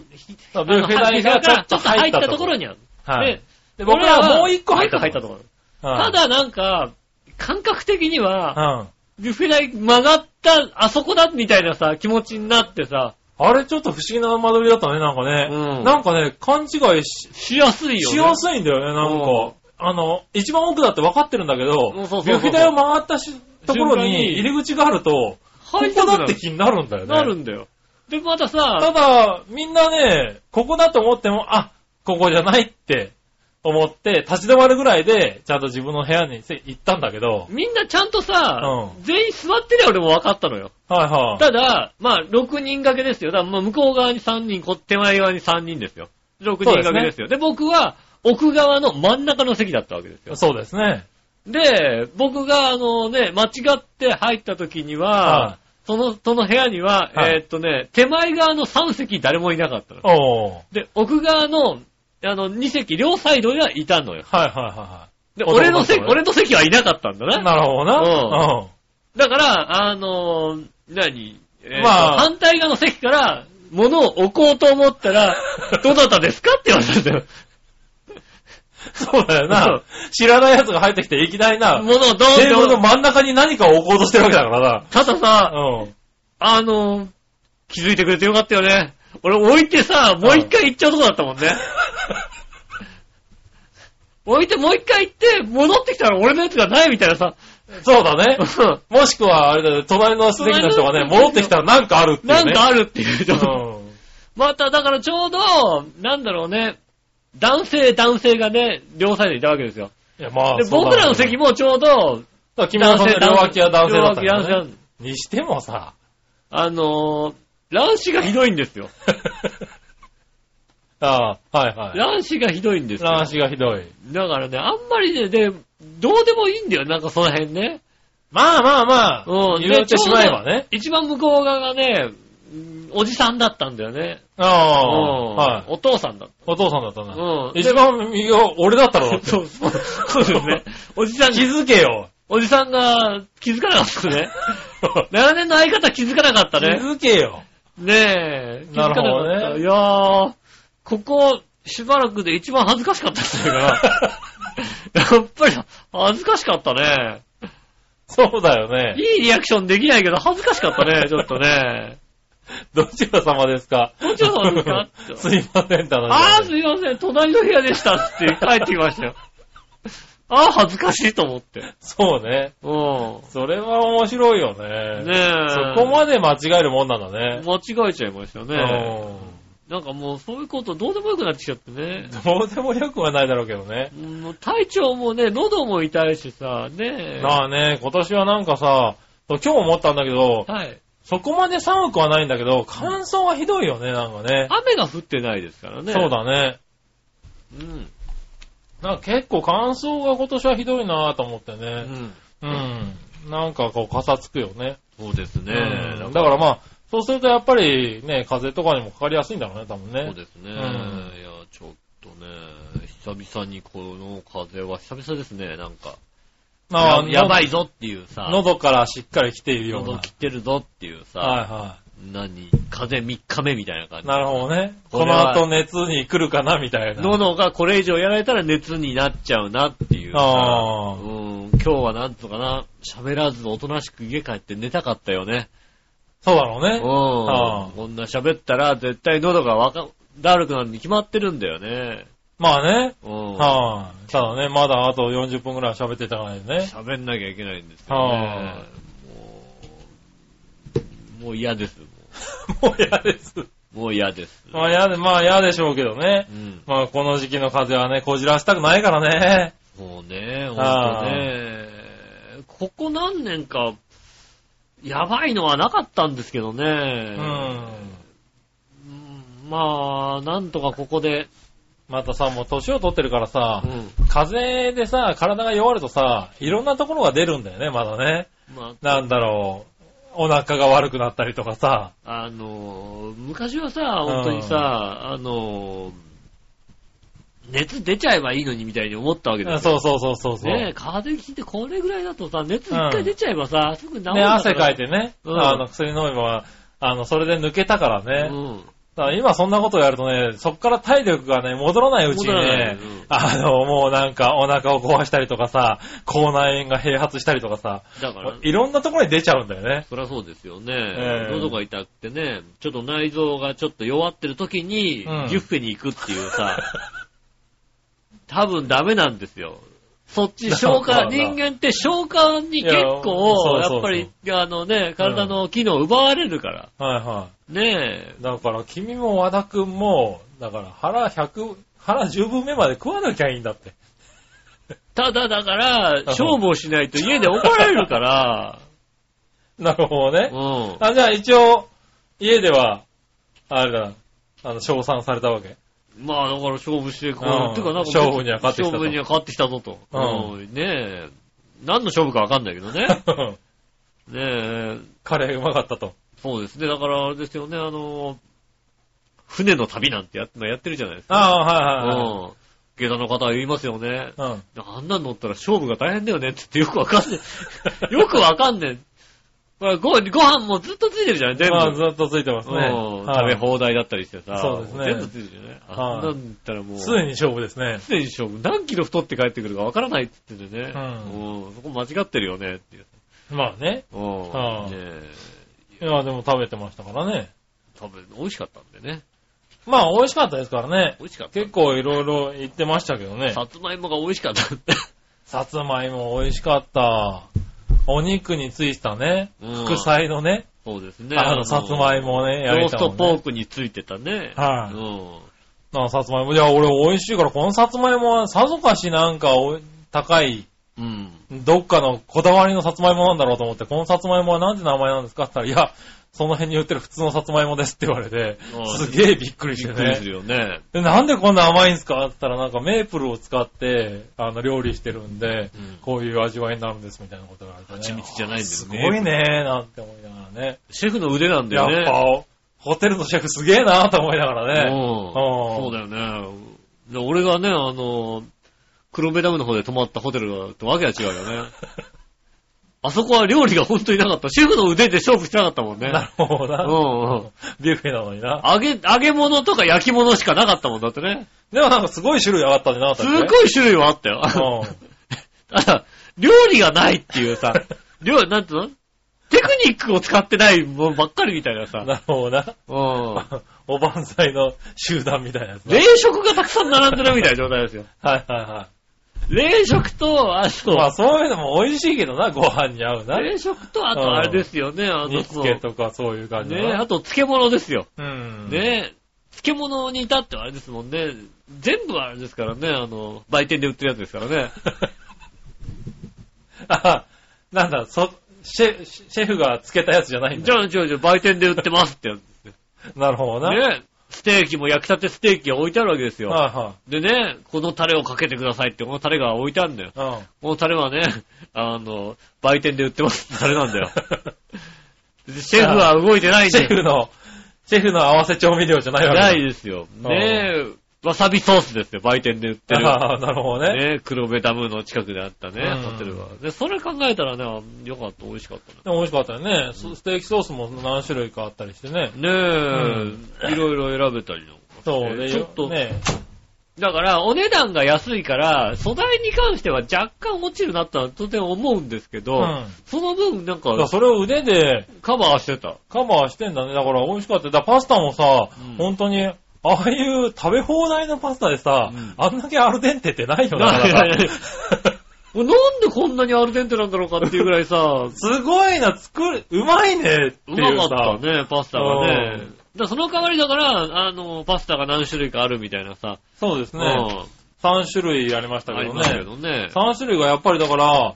Speaker 3: そうビュッフェ台が
Speaker 2: あの
Speaker 3: ちょっ
Speaker 2: ちょ
Speaker 3: と
Speaker 2: っと入
Speaker 3: 入
Speaker 2: っ
Speaker 3: ったた
Speaker 2: と
Speaker 3: と
Speaker 2: こ
Speaker 3: こ
Speaker 2: ろ
Speaker 3: ろ
Speaker 2: にある。
Speaker 3: はい
Speaker 2: で。
Speaker 3: で、僕らはもう一個入った
Speaker 2: 入ったところ。
Speaker 3: は
Speaker 2: た
Speaker 3: い、
Speaker 2: だなんか、感覚的には、
Speaker 3: うん。
Speaker 2: ビュッフェ台曲がった、あそこだみたいなさ、気持ちになってさ、
Speaker 3: あれちょっと不思議な間取りだったね、なんかね。
Speaker 2: うん
Speaker 3: なんかね、勘違いし、
Speaker 2: しやすいよね。
Speaker 3: しやすいんだよね、なんか。あの、一番奥だって分かってるんだけ
Speaker 2: うん
Speaker 3: ど
Speaker 2: そうそうそう、
Speaker 3: ビュッフェ台を回ったしところ
Speaker 2: 順番に
Speaker 3: に入り口があると、こ
Speaker 2: 入りた
Speaker 3: こ
Speaker 2: くな
Speaker 3: だ
Speaker 2: る
Speaker 3: って気になるんだよね。
Speaker 2: なるんだよ。で、またさ、
Speaker 3: ただ、みんなね、ここだと思っても、あ、ここじゃないって思って、立ち止まるぐらいで、ちゃんと自分の部屋にせ行ったんだけど、
Speaker 2: みんなちゃんとさ、
Speaker 3: う
Speaker 2: 全員座ってりゃ俺も分かったのよ。
Speaker 3: はいはい。
Speaker 2: ただ、まあ、6人掛けですよ。だから、まあ、向こう側に3人、こ手前側に3人ですよ。6人掛けですよ。で僕は、奥側の真ん中の席だったわけですよ。
Speaker 3: そうですね。
Speaker 2: で、僕が、あのね、間違って入った時には、
Speaker 3: はい
Speaker 2: その、その部屋には、
Speaker 3: はい
Speaker 2: えーっとね、手前側の3席誰もいなかったの。
Speaker 3: おー。
Speaker 2: で、奥側の、あの、2席、両サイドにはいたのよ。
Speaker 3: はいはいはいは
Speaker 2: で、
Speaker 3: 男の
Speaker 2: 俺
Speaker 3: 人
Speaker 2: の席、
Speaker 3: ね
Speaker 2: 俺の席はいなかったんだ
Speaker 3: い。
Speaker 2: な。
Speaker 3: なるほどな。
Speaker 2: だから、あのー何、えーと
Speaker 3: まあ
Speaker 2: 反対側の席から、物を置こうと思った
Speaker 3: *laughs*
Speaker 2: ら、どなたですかって言われたんだよ。
Speaker 3: うん。そうだよ
Speaker 2: そ
Speaker 3: な
Speaker 2: う。
Speaker 3: 知らない奴が入ってきていきなりな、
Speaker 2: 物をど
Speaker 3: テーブ
Speaker 2: う
Speaker 3: ルの
Speaker 2: ぞ。
Speaker 3: 真ん中に何かを置こうとしてるわけだから
Speaker 2: たださ、
Speaker 3: な。うん。
Speaker 2: あのー気づいてくれてよかったよね。俺置いてさ、もう一回行っちゃうとこだったもんね。置いてもう一回行って、戻ってきたら俺のやつがないみたいなさ。
Speaker 3: そうだね。もしくは、あれだね、隣の席の人がね、
Speaker 2: 隣の
Speaker 3: 戻ってきたらなんかあるっていう
Speaker 2: な
Speaker 3: ね。
Speaker 2: んかあるっていう
Speaker 3: う
Speaker 2: と。
Speaker 3: ん。
Speaker 2: また、だからちょうど、なんだろうね、男性、男性がね、両サイドにいたわけですよ。
Speaker 3: いや、まあ、
Speaker 2: で、僕らの席
Speaker 3: も。
Speaker 2: もちょうど、
Speaker 3: だから君のその両脇は男性だったか
Speaker 2: 両脇
Speaker 3: ら
Speaker 2: 男
Speaker 3: ね。
Speaker 2: 性
Speaker 3: にしてもさ、
Speaker 2: あのー、乱視がひどいんですよ。
Speaker 3: *laughs* ああ、はいはい。
Speaker 2: 乱視がひどいんですよ。
Speaker 3: 乱視がひどい。
Speaker 2: だからね、あんまりね、で、どうでもいいんだよ、なんかその辺ね。
Speaker 3: まあまあまあ、
Speaker 2: うん、
Speaker 3: 言ってしまえばね。。
Speaker 2: 一番向こう側がね、うんおじさんだったんだよね。
Speaker 3: あ
Speaker 2: うん
Speaker 3: あ、はい。
Speaker 2: お父さんだっ
Speaker 3: お父さんだった
Speaker 2: た。
Speaker 3: な。
Speaker 2: うん。
Speaker 3: 一番右は俺だったろ。
Speaker 2: でそう、そうそうです
Speaker 3: *laughs*
Speaker 2: ね。 *laughs* おじさん
Speaker 3: 気づけよ。
Speaker 2: おじさんが気づかなかった
Speaker 3: *laughs*
Speaker 2: ね。長年の相方気づかなかった
Speaker 3: 気
Speaker 2: ね。
Speaker 3: づけよ。
Speaker 2: ねえ、気づかな
Speaker 3: なる
Speaker 2: か
Speaker 3: ほ
Speaker 2: っ
Speaker 3: ど
Speaker 2: た。
Speaker 3: ね
Speaker 2: いやー、ここ、しばらくで一番恥ずかしかったです *laughs* から。やっぱり、恥ずかしかったね。
Speaker 3: そうだよね。
Speaker 2: いいリアクションできないけど、恥ずかしかったね、ちょっと *laughs* ね。
Speaker 3: どちら様ですか
Speaker 2: どちら様ですか
Speaker 3: *laughs* すいません、ただ
Speaker 2: あー、すいません、隣の部屋でしたって帰ってきましたよ。あー、恥ずかしいと思って。
Speaker 3: そうね。
Speaker 2: う
Speaker 3: それは面白いよ
Speaker 2: ん。
Speaker 3: ね。
Speaker 2: ねえ。
Speaker 3: そこまで間違えるもんなんだね。
Speaker 2: 間違えちゃいましたね。
Speaker 3: う
Speaker 2: なんかもうそういうことどうでもよくなってきちゃってね。
Speaker 3: んどうでもよくはないだろうけどね。
Speaker 2: うんもう体調もね、喉も痛いしさ、ねえ。
Speaker 3: まあね、今年はなんかさ、今日思ったんだけど、
Speaker 2: はい。
Speaker 3: そこまで寒くはないんだけど、乾燥はひどいよね、なんかね。
Speaker 2: 雨が降ってないですからね。
Speaker 3: そう。だね。
Speaker 2: うん。
Speaker 3: なんか結構乾燥が今年はひどいなと思って
Speaker 2: う
Speaker 3: ね。
Speaker 2: ん。
Speaker 3: うん。なんかこう、かさつくよね。
Speaker 2: そうですね。
Speaker 3: うんだからまあ、そうするとやっぱりね、風邪とかにもかかりやすいんだろうね、多分
Speaker 2: そ
Speaker 3: ね
Speaker 2: う。ですね。
Speaker 3: ん
Speaker 2: いや、ちょっとね、久々にこの風は久々ですね、なんか。
Speaker 3: まあ、
Speaker 2: ややば
Speaker 3: い。
Speaker 2: いぞっていうさ。
Speaker 3: 喉からしっかり来ているよう
Speaker 2: 喉
Speaker 3: な
Speaker 2: 切。ってるぞっていうさ。
Speaker 3: はいは
Speaker 2: 何風3日目みたいな感
Speaker 3: い。
Speaker 2: じ。
Speaker 3: なるほどね。
Speaker 2: こ
Speaker 3: こ
Speaker 2: れ
Speaker 3: の
Speaker 2: は
Speaker 3: 後熱に来るかな、みたいな。
Speaker 2: 喉がこれ以上やられたら熱になっちゃうなっていうさ。
Speaker 3: あ
Speaker 2: う
Speaker 3: あ。
Speaker 2: ん、今日はなんとかな、喋らずおとなしく家帰って寝たかったよね。
Speaker 3: そうだろう
Speaker 2: うん。
Speaker 3: ね。ああ
Speaker 2: こんな喋ったら絶対喉がわか、だるくなるに決まってるんだよね。
Speaker 3: まあね。
Speaker 2: うん。
Speaker 3: はい、ただね、まだあと40分くらいは喋っていたからね。
Speaker 2: 喋んなきゃいけないんですけど
Speaker 3: は
Speaker 2: ね。もう、もう嫌です。 *laughs* も
Speaker 3: もう嫌です。
Speaker 2: うもう嫌です。
Speaker 3: まあ嫌で、まあ嫌でしょうけどね
Speaker 2: う。ん。
Speaker 3: まあこの時期の風邪はね、こじらしたくないからね。
Speaker 2: もうね、ほん
Speaker 3: ああ
Speaker 2: とね、ここ何年か、やばいのはなかったんですけど
Speaker 3: う
Speaker 2: ね。
Speaker 3: ん。
Speaker 2: うんまあ、なんとかここで、
Speaker 3: またさ、もう年を取ってるからさ
Speaker 2: う、ん
Speaker 3: 風邪でさ、体が弱るとさ、いろんなところが出るんだよね、まだね。
Speaker 2: ま
Speaker 3: なんだろう。お腹が悪くなったりとかさ。
Speaker 2: あ、あのー、昔はさ、本当にさ、あのー、熱出ちゃえばいいのにみたいに思ったわけですよ。
Speaker 3: そうそうそうそうそう。
Speaker 2: ねえ、
Speaker 3: ね
Speaker 2: 風邪ひいてこれぐらいだとさ、熱一回出ちゃえばさ、すぐ治るんだから
Speaker 3: 汗かいてね、
Speaker 2: うん
Speaker 3: あの薬飲めば、あの、それで抜けたからね。
Speaker 2: うん。
Speaker 3: だから今そんなことをやるとね、そっから体力がね、戻らないうちに
Speaker 2: 戻らない
Speaker 3: ね、
Speaker 2: うん
Speaker 3: あの、もうなんかお腹を壊したりとかさ、口内炎が併発したりとかさ、
Speaker 2: だから、
Speaker 3: いろんなところに出ちゃうんだよね。
Speaker 2: そりゃそうですよ
Speaker 3: え
Speaker 2: ね。
Speaker 3: え
Speaker 2: 喉が痛くてね、ちょっと内臓がちょっと弱ってる時に、
Speaker 3: うん
Speaker 2: ギュッフェに行くっていうさ、多分ダメなんですよ。そっち消
Speaker 3: な
Speaker 2: 化、
Speaker 3: んだろう
Speaker 2: 人
Speaker 3: な
Speaker 2: 間って消化に結構、
Speaker 3: いやそうそうそう
Speaker 2: やっぱり、あのね、体の機能奪われるから。
Speaker 3: はいは
Speaker 2: ねえ。
Speaker 3: い。だから君も和田くんも、だから腹100、腹十分目まで食わなきゃいいんだって。
Speaker 2: ただだから、勝負をしないと家で怒られる
Speaker 3: *laughs*
Speaker 2: から、
Speaker 3: なるほどね
Speaker 2: う。ん。
Speaker 3: あ、じゃあ一応、家では、あれだ、あの、称賛されたわけ。 *laughs*
Speaker 2: まあだから勝負して、こ
Speaker 3: う
Speaker 2: う、
Speaker 3: ん
Speaker 2: てかなんか、
Speaker 3: 勝負には勝ってきたと
Speaker 2: 勝負には勝ってきたぞと。
Speaker 3: うん
Speaker 2: うんねえ。何の勝負かわかんないけどね。ねえ、
Speaker 3: カレーうまかったと。
Speaker 2: そうですね。だからあれですよね、あの、船の旅なんてややってるじゃないですか。
Speaker 3: ああ、はいはいはい。
Speaker 2: うん。下駄の方は言いますよね。
Speaker 3: うん。
Speaker 2: あんなの乗ったら勝負が大変だよねって言ってよくわかんねえ。 *laughs* よくわかんねえ。ほらごご飯もずっとついてるじゃない全部。
Speaker 3: まあ、ずっとついてますね。
Speaker 2: うん
Speaker 3: は
Speaker 2: 食べ
Speaker 3: い
Speaker 2: 放題だったりしてさ。
Speaker 3: そうですね
Speaker 2: 全部ついてるじゃないあんな
Speaker 3: はい
Speaker 2: んだったらもう。
Speaker 3: すでに勝負ですね。
Speaker 2: 常に勝負。何キロ太って帰ってくるかわからないって言っててね。
Speaker 3: う
Speaker 2: うんそこ間違ってるよねっていう。
Speaker 3: まあね。
Speaker 2: うん
Speaker 3: はあ
Speaker 2: ねえ
Speaker 3: いや、でも食べてましたからね。
Speaker 2: 多分美味しかったんでね。
Speaker 3: まあ、美味しかったですからね。
Speaker 2: 美味しかった。
Speaker 3: 結構いろいろ言ってましたけどね。
Speaker 2: さつまいもが美味しかった。
Speaker 3: さつまいも美味しかった。お肉についてたね、
Speaker 2: うん
Speaker 3: 副菜のね、
Speaker 2: *laughs* そうですね。
Speaker 3: あの、さつまいもをね、や
Speaker 2: ロー
Speaker 3: り
Speaker 2: ス
Speaker 3: た
Speaker 2: ト
Speaker 3: もん
Speaker 2: ポ
Speaker 3: ね。
Speaker 2: ークについてたね。
Speaker 3: はい
Speaker 2: うん
Speaker 3: あさつまいも。いや、俺美味しいから、このさつまいもはさぞかしなんかお高い、
Speaker 2: うん。
Speaker 3: どっかのこだわりのさつまいもなんだろうと思って、このさつまいもはなんて名前なんですかって言ったら、いや、その辺に売ってる普通のさつまいもですって言われて
Speaker 2: うん、
Speaker 3: すげえびっくりし
Speaker 2: び
Speaker 3: て
Speaker 2: っくりす
Speaker 3: ね。
Speaker 2: るよね。
Speaker 3: でなんでこんな甘いんですかって言ったら、なんかメープルを使って、あの、料理してるんで、
Speaker 2: うん
Speaker 3: こういう味わいになるんですみたいなことがあるとね。
Speaker 2: 蜂蜜じゃないんだよね
Speaker 3: すごいね、なんて思いながらね。
Speaker 2: シェフの腕なんだ
Speaker 3: や
Speaker 2: よ
Speaker 3: っ
Speaker 2: ね。
Speaker 3: ぱ、ホテルのシェフすげえなと思いながらね。
Speaker 2: うん
Speaker 3: う
Speaker 2: そう
Speaker 3: ん
Speaker 2: だよね。で俺がね、あの、黒部ダムの方で泊まったホテルとわけが違う
Speaker 3: *laughs*
Speaker 2: よね。あそこは料理が本当になかった。シェフの腕で勝負してなかったもんね。
Speaker 3: なるほど
Speaker 2: う
Speaker 3: な。
Speaker 2: んうん。
Speaker 3: ビュッフェなのにな。
Speaker 2: 揚げ、揚げ物とか焼き物しかなかったもんだってね。
Speaker 3: でもなんかすごい種類あったんじゃなかっ
Speaker 2: す
Speaker 3: たっけ
Speaker 2: ごい種類はあったよ。
Speaker 3: う
Speaker 2: ただ、 *laughs* 料理がないっていう
Speaker 3: *laughs*
Speaker 2: さ、料理、なんていうのテクニックを使ってないものばっかりみたいなさ
Speaker 3: ん。。なるほどな。
Speaker 2: うん。
Speaker 3: おばんざいの集団みたいなやつな。
Speaker 2: 冷食がたくさん並んでるみたいな状態ですよ。
Speaker 3: はいはいは
Speaker 2: 冷食と、あ
Speaker 3: い。まあ
Speaker 2: と、
Speaker 3: そういうのも美味しいけどな、ご飯に合うな。
Speaker 2: 冷食と、あとあれですよね、あの、
Speaker 3: 煮付けとかそういう感じ
Speaker 2: ね、
Speaker 3: の。
Speaker 2: あと漬物ですよ。
Speaker 3: うん。
Speaker 2: ね、漬物に至ってはあれですもんね。全部あれですからね、あの、売店で売ってるやつですからね。
Speaker 3: *laughs* あ、なんだ、そ、シェシェフがつけたやつじゃないん
Speaker 2: じ
Speaker 3: だ。
Speaker 2: ゃあ、じゃあ、じゃあ、売店で売ってますってやつ。
Speaker 3: なる *laughs* ほどな。はい
Speaker 2: ね、ステーキも焼きたてステーキが置いてあるわけですよ。
Speaker 3: は
Speaker 2: でね、このタレをかけてくださいって、このタレが置いてあるんだよ。
Speaker 3: い。うん。
Speaker 2: このタレはね、 *laughs* あの、売店で売ってますって *laughs* タレなんだ
Speaker 3: *laughs*
Speaker 2: よ。でシェフは動いてないん
Speaker 3: *laughs* シ
Speaker 2: だ
Speaker 3: ェ
Speaker 2: よ。
Speaker 3: フの、シェフの合わせ調味料じゃないわけだ
Speaker 2: ないですよ。ねえ、わさびソースですよ、売店で売ってる。
Speaker 3: ああ、なるほどね。
Speaker 2: ねえ、黒部ダムの近くであったね、
Speaker 3: うん
Speaker 2: ホテルは。で、それ考えたらね、よかった、美味しかったね。
Speaker 3: でも美味しかったよね。スステーキソースも何種類かあったりしてね。
Speaker 2: ねえ、いろいろ選べたりなんかして
Speaker 3: そうね。
Speaker 2: ちょっと、
Speaker 3: ね。
Speaker 2: だから、お値段が安いから、素材に関しては若干落ちるなとは当然思うんですけど、
Speaker 3: うん
Speaker 2: その分、なん
Speaker 3: だから
Speaker 2: か、
Speaker 3: それを腕で
Speaker 2: カバーしてた。
Speaker 3: カバーしてんだね。だから美味しかった。だからパスタもさ、
Speaker 2: うん
Speaker 3: 本当に、ああいう食べ放題のパスタでさ、
Speaker 2: うん
Speaker 3: あんだけアルデンテってないよな。
Speaker 2: ない
Speaker 3: なか、
Speaker 2: ないないなんでこんなにアルデンテなんだろうかっていうぐらいさ
Speaker 3: すごいな、作る、うまいねって
Speaker 2: *laughs* う
Speaker 3: いう
Speaker 2: ま
Speaker 3: さ。
Speaker 2: かったね、パスタがね。
Speaker 3: う
Speaker 2: だから
Speaker 3: ん
Speaker 2: その代わりだから、あの、パスタが何種類かあるみたいなさ、
Speaker 3: そうです
Speaker 2: う
Speaker 3: ね。
Speaker 2: ん
Speaker 3: 3種類ありました
Speaker 2: あ
Speaker 3: けど
Speaker 2: り
Speaker 3: ね
Speaker 2: ま。すけどね。
Speaker 3: 3種類がやっぱりだから、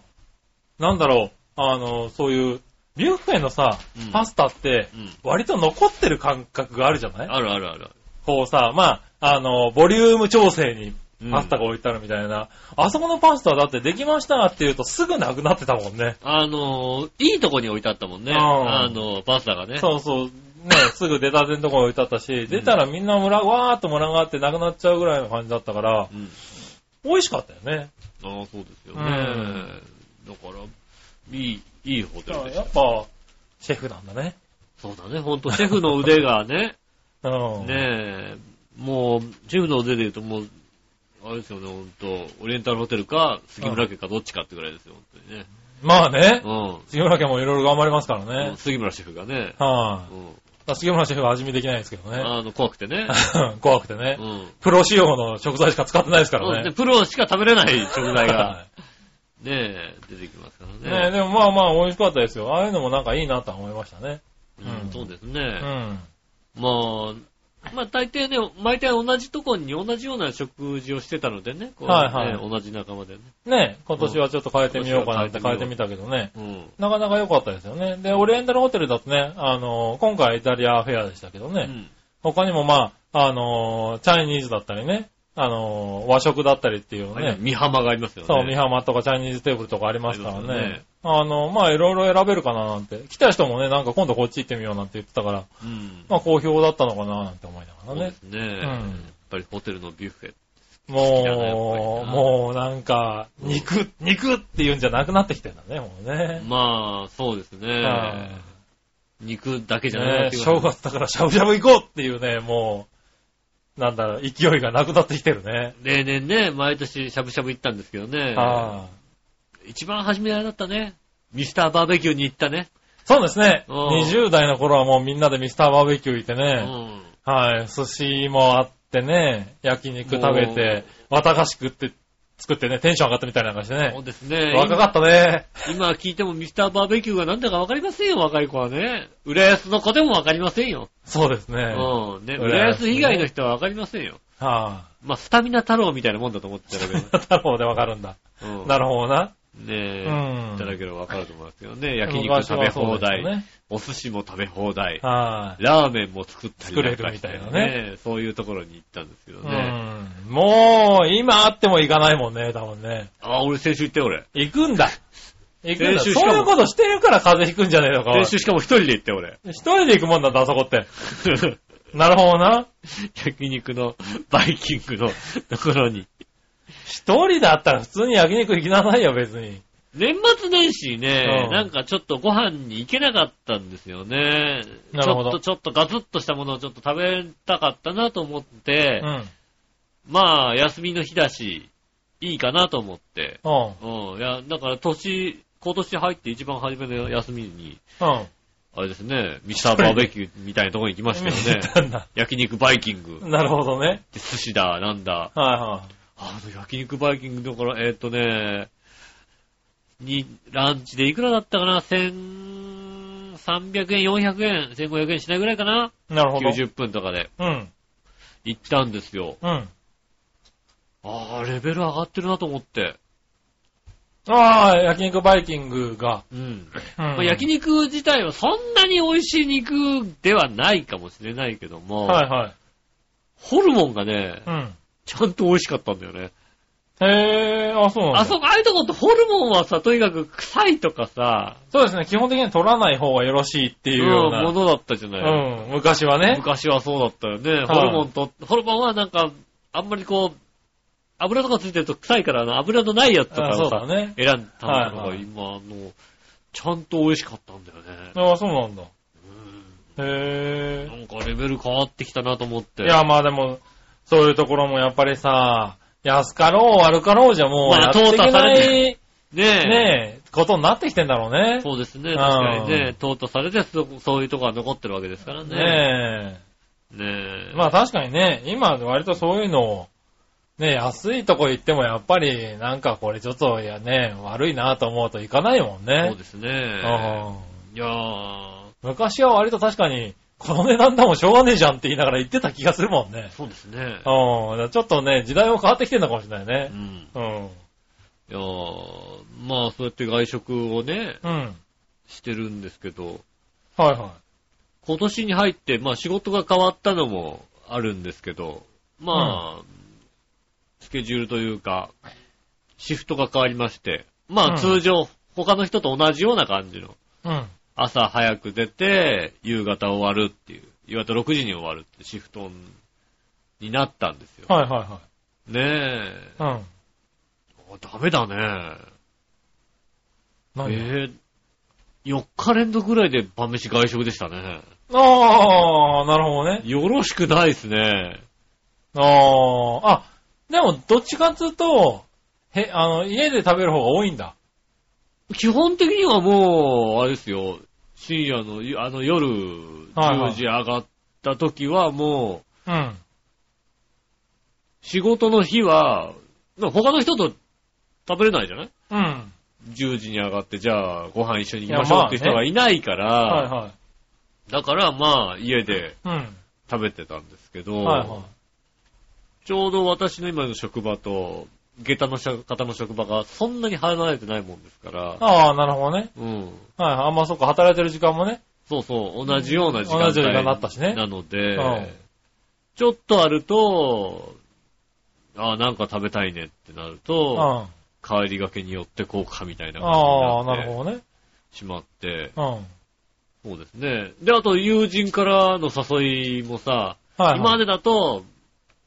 Speaker 3: なんだろう、あの、そういう、ビュッフェのさ
Speaker 2: うん、
Speaker 3: パスタって
Speaker 2: うん、
Speaker 3: 割と残ってる感覚があるじゃない、
Speaker 2: あるあるある。
Speaker 3: こうさ、まあ、あの、ボリューム調整に
Speaker 2: うん
Speaker 3: パスタが置いてあるみたいな。あそこのパスタだってできましたって言うとすぐなくなってたもんね。
Speaker 2: あの、いいとこに置いてあったもんね。
Speaker 3: うん
Speaker 2: あの、パスタがね。
Speaker 3: そうそう。
Speaker 2: *laughs*
Speaker 3: ね、すぐ出たてのとこに置いてあったし、出たらみんなむら、わーっと群がってなくなっちゃうぐらいの感じだったから、
Speaker 2: うん。
Speaker 3: 美味しかったよね。
Speaker 2: ああ、そうですよね。
Speaker 3: うん
Speaker 2: だから、いい、いいホテルでし
Speaker 3: や
Speaker 2: た
Speaker 3: っ。ぱ、シェフなんだね。
Speaker 2: そうだね、ほんと、シェフの腕がね、
Speaker 3: う
Speaker 2: ね
Speaker 3: ん。
Speaker 2: え、もう、シェフの腕で言うともう、あれですよね、ほんと、オリエンタルホテルか、杉村家かどっちかってぐらいですよ、ほんとにね。
Speaker 3: まあね。
Speaker 2: うん
Speaker 3: 杉村家もいろいろ頑張りますから
Speaker 2: も
Speaker 3: ね
Speaker 2: う。杉村シェフがね、
Speaker 3: は
Speaker 2: うん
Speaker 3: い、杉村シェフは味見できないですけどね。
Speaker 2: あの、怖くて
Speaker 3: *laughs*
Speaker 2: ね。
Speaker 3: 怖くて
Speaker 2: う
Speaker 3: ね。
Speaker 2: ん。
Speaker 3: プロ仕様の食材しか使ってないですか
Speaker 2: そう
Speaker 3: ら
Speaker 2: ですね
Speaker 3: ね。
Speaker 2: プロしか食べれない食材
Speaker 3: は
Speaker 2: が、
Speaker 3: い
Speaker 2: ねえ、出てきますか
Speaker 3: ね
Speaker 2: ら
Speaker 3: え
Speaker 2: ね。
Speaker 3: でもまあまあ美味しかったですよ。ああいうのもなんかいいなとは思いましたね。
Speaker 2: うん、そうですね。
Speaker 3: うん。
Speaker 2: まあ、まあ大抵ね、毎回同じとこに同じような食事をしてたのでね、こう
Speaker 3: はいはい
Speaker 2: ね同じ仲間でね。
Speaker 3: ね、今年はちょっと変えてみようかなって
Speaker 2: うん
Speaker 3: 変えてみたけどね。
Speaker 2: うん。
Speaker 3: なかなか良かったですよね。で、オリエンタルホテルだとね、あの、今回イタリアフェアでしたけどね、
Speaker 2: うん
Speaker 3: 他にもまあ、あの、チャイニーズだったりね、あの、和食だったりっていう
Speaker 2: あれね
Speaker 3: ね、
Speaker 2: 美浜がありますよね。
Speaker 3: そう、三浜とかチャイニーズテーブルとかありますからね。
Speaker 2: ありますね
Speaker 3: あの、まあ、いろいろ選べるかななんて。来た人もね、なんか今度こっち行ってみようなんて言ってたから、
Speaker 2: うん。
Speaker 3: まあ、好評だったのかななんて思いなが
Speaker 2: そう
Speaker 3: ら
Speaker 2: で
Speaker 3: ね。
Speaker 2: すね。やっぱりホテルのビュッフェ。だねやっ
Speaker 3: もう、
Speaker 2: ぱりな
Speaker 3: もうなんか、肉、肉っていうんじゃなくなってきてんだね、もうね。
Speaker 2: まあ、そうです
Speaker 3: はい
Speaker 2: ね。肉だけじゃな
Speaker 3: ね
Speaker 2: い
Speaker 3: 正月だからしゃぶしゃぶ行こうっていうね、もう、なんだろう、勢いがなくなってきてるね。
Speaker 2: 例年ね、毎年しゃぶしゃぶ行ったんですけどね。
Speaker 3: ああ
Speaker 2: 一番初めあれだったね。ミスターバーベキューに行ったね。
Speaker 3: そうですね。
Speaker 2: うん
Speaker 3: 20代の頃はもうみんなでミスターバーベキュー行って
Speaker 2: う
Speaker 3: ね、
Speaker 2: ん。
Speaker 3: はい、寿司もあってね、焼肉食べて、綿菓子食って、作ってね、テンション上がったみたいなんかして
Speaker 2: そ
Speaker 3: ね
Speaker 2: う。ですね。
Speaker 3: 若かったね。
Speaker 2: 今聞いてもミスターバーベキューが何だか分かりませんよ、若い子はね。浦安の子でも分かりませんよ。
Speaker 3: そうですね。は
Speaker 2: うん。ね、
Speaker 3: 浦
Speaker 2: 浦
Speaker 3: 安
Speaker 2: 安以外の人は分かりませんよ。
Speaker 3: あ。
Speaker 2: まあ、スタミナ太郎みたいなもんだと思っていただけれ
Speaker 3: 太郎でわかるんだ。
Speaker 2: ば。うん
Speaker 3: *laughs* なるほどな。
Speaker 2: ねえ、
Speaker 3: うん
Speaker 2: いただければ分かると思いますけどね。焼肉食べ放題、
Speaker 3: 昔はそうですよね
Speaker 2: お寿司も食べ放題、
Speaker 3: はい。
Speaker 2: ラーメンも作ったりなんかして
Speaker 3: 作れるみたいなね
Speaker 2: そういうところに行ったんですけど
Speaker 3: う
Speaker 2: ね。
Speaker 3: んもう、今あっても行かないもんね、多分ね。
Speaker 2: あ、俺先週行ったよ、俺。
Speaker 3: 行くんだ。行くんだ。
Speaker 2: 先週し
Speaker 3: そ
Speaker 2: かも
Speaker 3: ういうことしてるから風邪ひくんじゃねえのか。おい
Speaker 2: 先週しかも一人で行ったよ、俺。 *laughs*
Speaker 3: 一人で行くもんなんだ、あそこって。なるほどな。
Speaker 2: 焼肉のバイキングのところに。
Speaker 3: 一人だったら普通に焼肉行きなさいよ、別に。
Speaker 2: 年末年始ね、
Speaker 3: うん
Speaker 2: なんかちょっとご飯に行けなかったんですよね。
Speaker 3: なるほど
Speaker 2: ちょっとちょっとガツッとしたものをちょっと食べたかったなと思っ
Speaker 3: う
Speaker 2: て、
Speaker 3: ん。
Speaker 2: まあ休みの日だし、いいかなと思って。
Speaker 3: うん。
Speaker 2: うん。いや、だから年、今年入って一番初めの休みに、
Speaker 3: うん。
Speaker 2: あれですね、ミスターバーベキューみたいなところに行きましたよ
Speaker 3: 見
Speaker 2: ね。
Speaker 3: たんだ。
Speaker 2: *laughs* 焼肉バイキング、
Speaker 3: なるほどね。
Speaker 2: で寿司だ、なんだ。
Speaker 3: はいはい。
Speaker 2: あの焼肉バイキングだから、えーっ、とね、に、ランチでいくらだったかな ?1300 円、400円、1500円しないぐらいかな
Speaker 3: なるほど。
Speaker 2: ?90 分とかで
Speaker 3: うん。
Speaker 2: 行ったんですよ。
Speaker 3: うん。
Speaker 2: ああ、レベル上がってるなと思って。
Speaker 3: ああ、焼肉バイキングが。
Speaker 2: うん。
Speaker 3: うん
Speaker 2: まあ焼肉自体はそんなに美味しい肉ではないかもしれないけども、
Speaker 3: はいはい。
Speaker 2: ホルモンがね、
Speaker 3: うん。
Speaker 2: ちゃんと美味しかったんだよね。
Speaker 3: へえ、あ、そうなんだ。
Speaker 2: あそこ、ああいうとこってホルモンはさ、とにかく臭いとかさ、
Speaker 3: そうですね。基本的に取らない方がよろしいっていうよう
Speaker 2: うんも
Speaker 3: な。
Speaker 2: のだったじゃない。
Speaker 3: うん。昔はね。
Speaker 2: 昔はそうだったよね。
Speaker 3: い
Speaker 2: ホルモンと、ホルモンはなんか、あんまりこう、油とかついてると臭いから、あの油のないやつとか
Speaker 3: あそ
Speaker 2: を
Speaker 3: う
Speaker 2: さ、
Speaker 3: だね。
Speaker 2: 選んだのが、
Speaker 3: はいはい
Speaker 2: 今、あの、ちゃんと美味しかったんだよね。
Speaker 3: ああ、そうなんだ。へ
Speaker 2: なんかレベル変わってきたなと思って。
Speaker 3: え。いや、まあでも、そういうところもやっぱりさ、安かろう、悪かろうじゃもう、
Speaker 2: まあ
Speaker 3: やっていけ
Speaker 2: 淘汰さ
Speaker 3: な
Speaker 2: れて
Speaker 3: い、
Speaker 2: ね *laughs* え。
Speaker 3: ねえ、ことになってきてんだろうね。
Speaker 2: そうですね。
Speaker 3: ん
Speaker 2: 確かにね、淘汰されてそ、そういうとこが残ってるわけですからね。
Speaker 3: ね
Speaker 2: ね
Speaker 3: え。
Speaker 2: え。
Speaker 3: まあ確かにね、今割とそういうのを、ねえ、安いとこ行ってもやっぱり、なんかこれちょっと、いやね、悪いなと思うといかないもんね。
Speaker 2: そうですね。
Speaker 3: う
Speaker 2: い
Speaker 3: ん
Speaker 2: やー、
Speaker 3: 昔は割と確かに、この値段だもんしょうがねえじゃんって言いながら言ってた気がするもんね。
Speaker 2: そうですね。
Speaker 3: うん。ちょっとね、時代も変わってきてるのかもしれないうね。
Speaker 2: ん。
Speaker 3: うん。
Speaker 2: いやー、まあそうやって外食をね、
Speaker 3: うん。
Speaker 2: してるんですけど、
Speaker 3: はいは
Speaker 2: 今年に入って、まあ仕事が変わったのもあるんですけど、まあ、スケジュールというか、シフトが変わりまして、ま
Speaker 3: うん
Speaker 2: あ通常、他の人と同じような感じの、
Speaker 3: い。うん。
Speaker 2: 朝早く出て、夕方終わるっていう、夕方6時に終わるってシフトになったんですよ。
Speaker 3: はいは
Speaker 2: ね
Speaker 3: いはい。うん。
Speaker 2: え、ダメだね。
Speaker 3: 何
Speaker 2: えー、4日連続ぐらいで晩飯外食でしたね。
Speaker 3: ああ、なるほどね。
Speaker 2: よろしくないですね。
Speaker 3: ああ、あ、でもどっちかっつうと、へ、あの、家で食べる方が多いんだ。
Speaker 2: 基本的にはもう、あれですよ、深夜の、ゆあの夜、
Speaker 3: はいは
Speaker 2: 10
Speaker 3: い
Speaker 2: 時上がった時はもう、
Speaker 3: うん。
Speaker 2: 仕事の日は、な他の人と食べれないじゃない
Speaker 3: うん。
Speaker 2: 10時に上がって、じゃあ、ご飯一緒に行きましょうっていう人
Speaker 3: いやまあ
Speaker 2: が
Speaker 3: ね
Speaker 2: いないから、
Speaker 3: はいは
Speaker 2: だからまあ、家で
Speaker 3: い。うん。
Speaker 2: 食べてたんですけど、
Speaker 3: はいは
Speaker 2: ちょうど私の今の職場と、下駄の方の職場がそんなに離れてないもんですか
Speaker 3: い。
Speaker 2: ら、
Speaker 3: ああ、なるほどね。
Speaker 2: うん。
Speaker 3: はいはい。あんまあそっか、働いてる時間もね。
Speaker 2: そうそう、同じような時間
Speaker 3: 同じような時間だったしね
Speaker 2: なので、
Speaker 3: うん
Speaker 2: ちょっとあると、ああ、なんか食べたいねってなる
Speaker 3: うん。
Speaker 2: と、
Speaker 3: あ
Speaker 2: 帰りがけに寄ってこうかみたいな
Speaker 3: あ、
Speaker 2: 感じ
Speaker 3: な
Speaker 2: になっ
Speaker 3: る
Speaker 2: て
Speaker 3: ほどね。
Speaker 2: しまって、
Speaker 3: うん。
Speaker 2: そうですね。で、あと友人からの誘いもさ、
Speaker 3: は
Speaker 2: 今
Speaker 3: い、
Speaker 2: ま
Speaker 3: はい。
Speaker 2: でだと、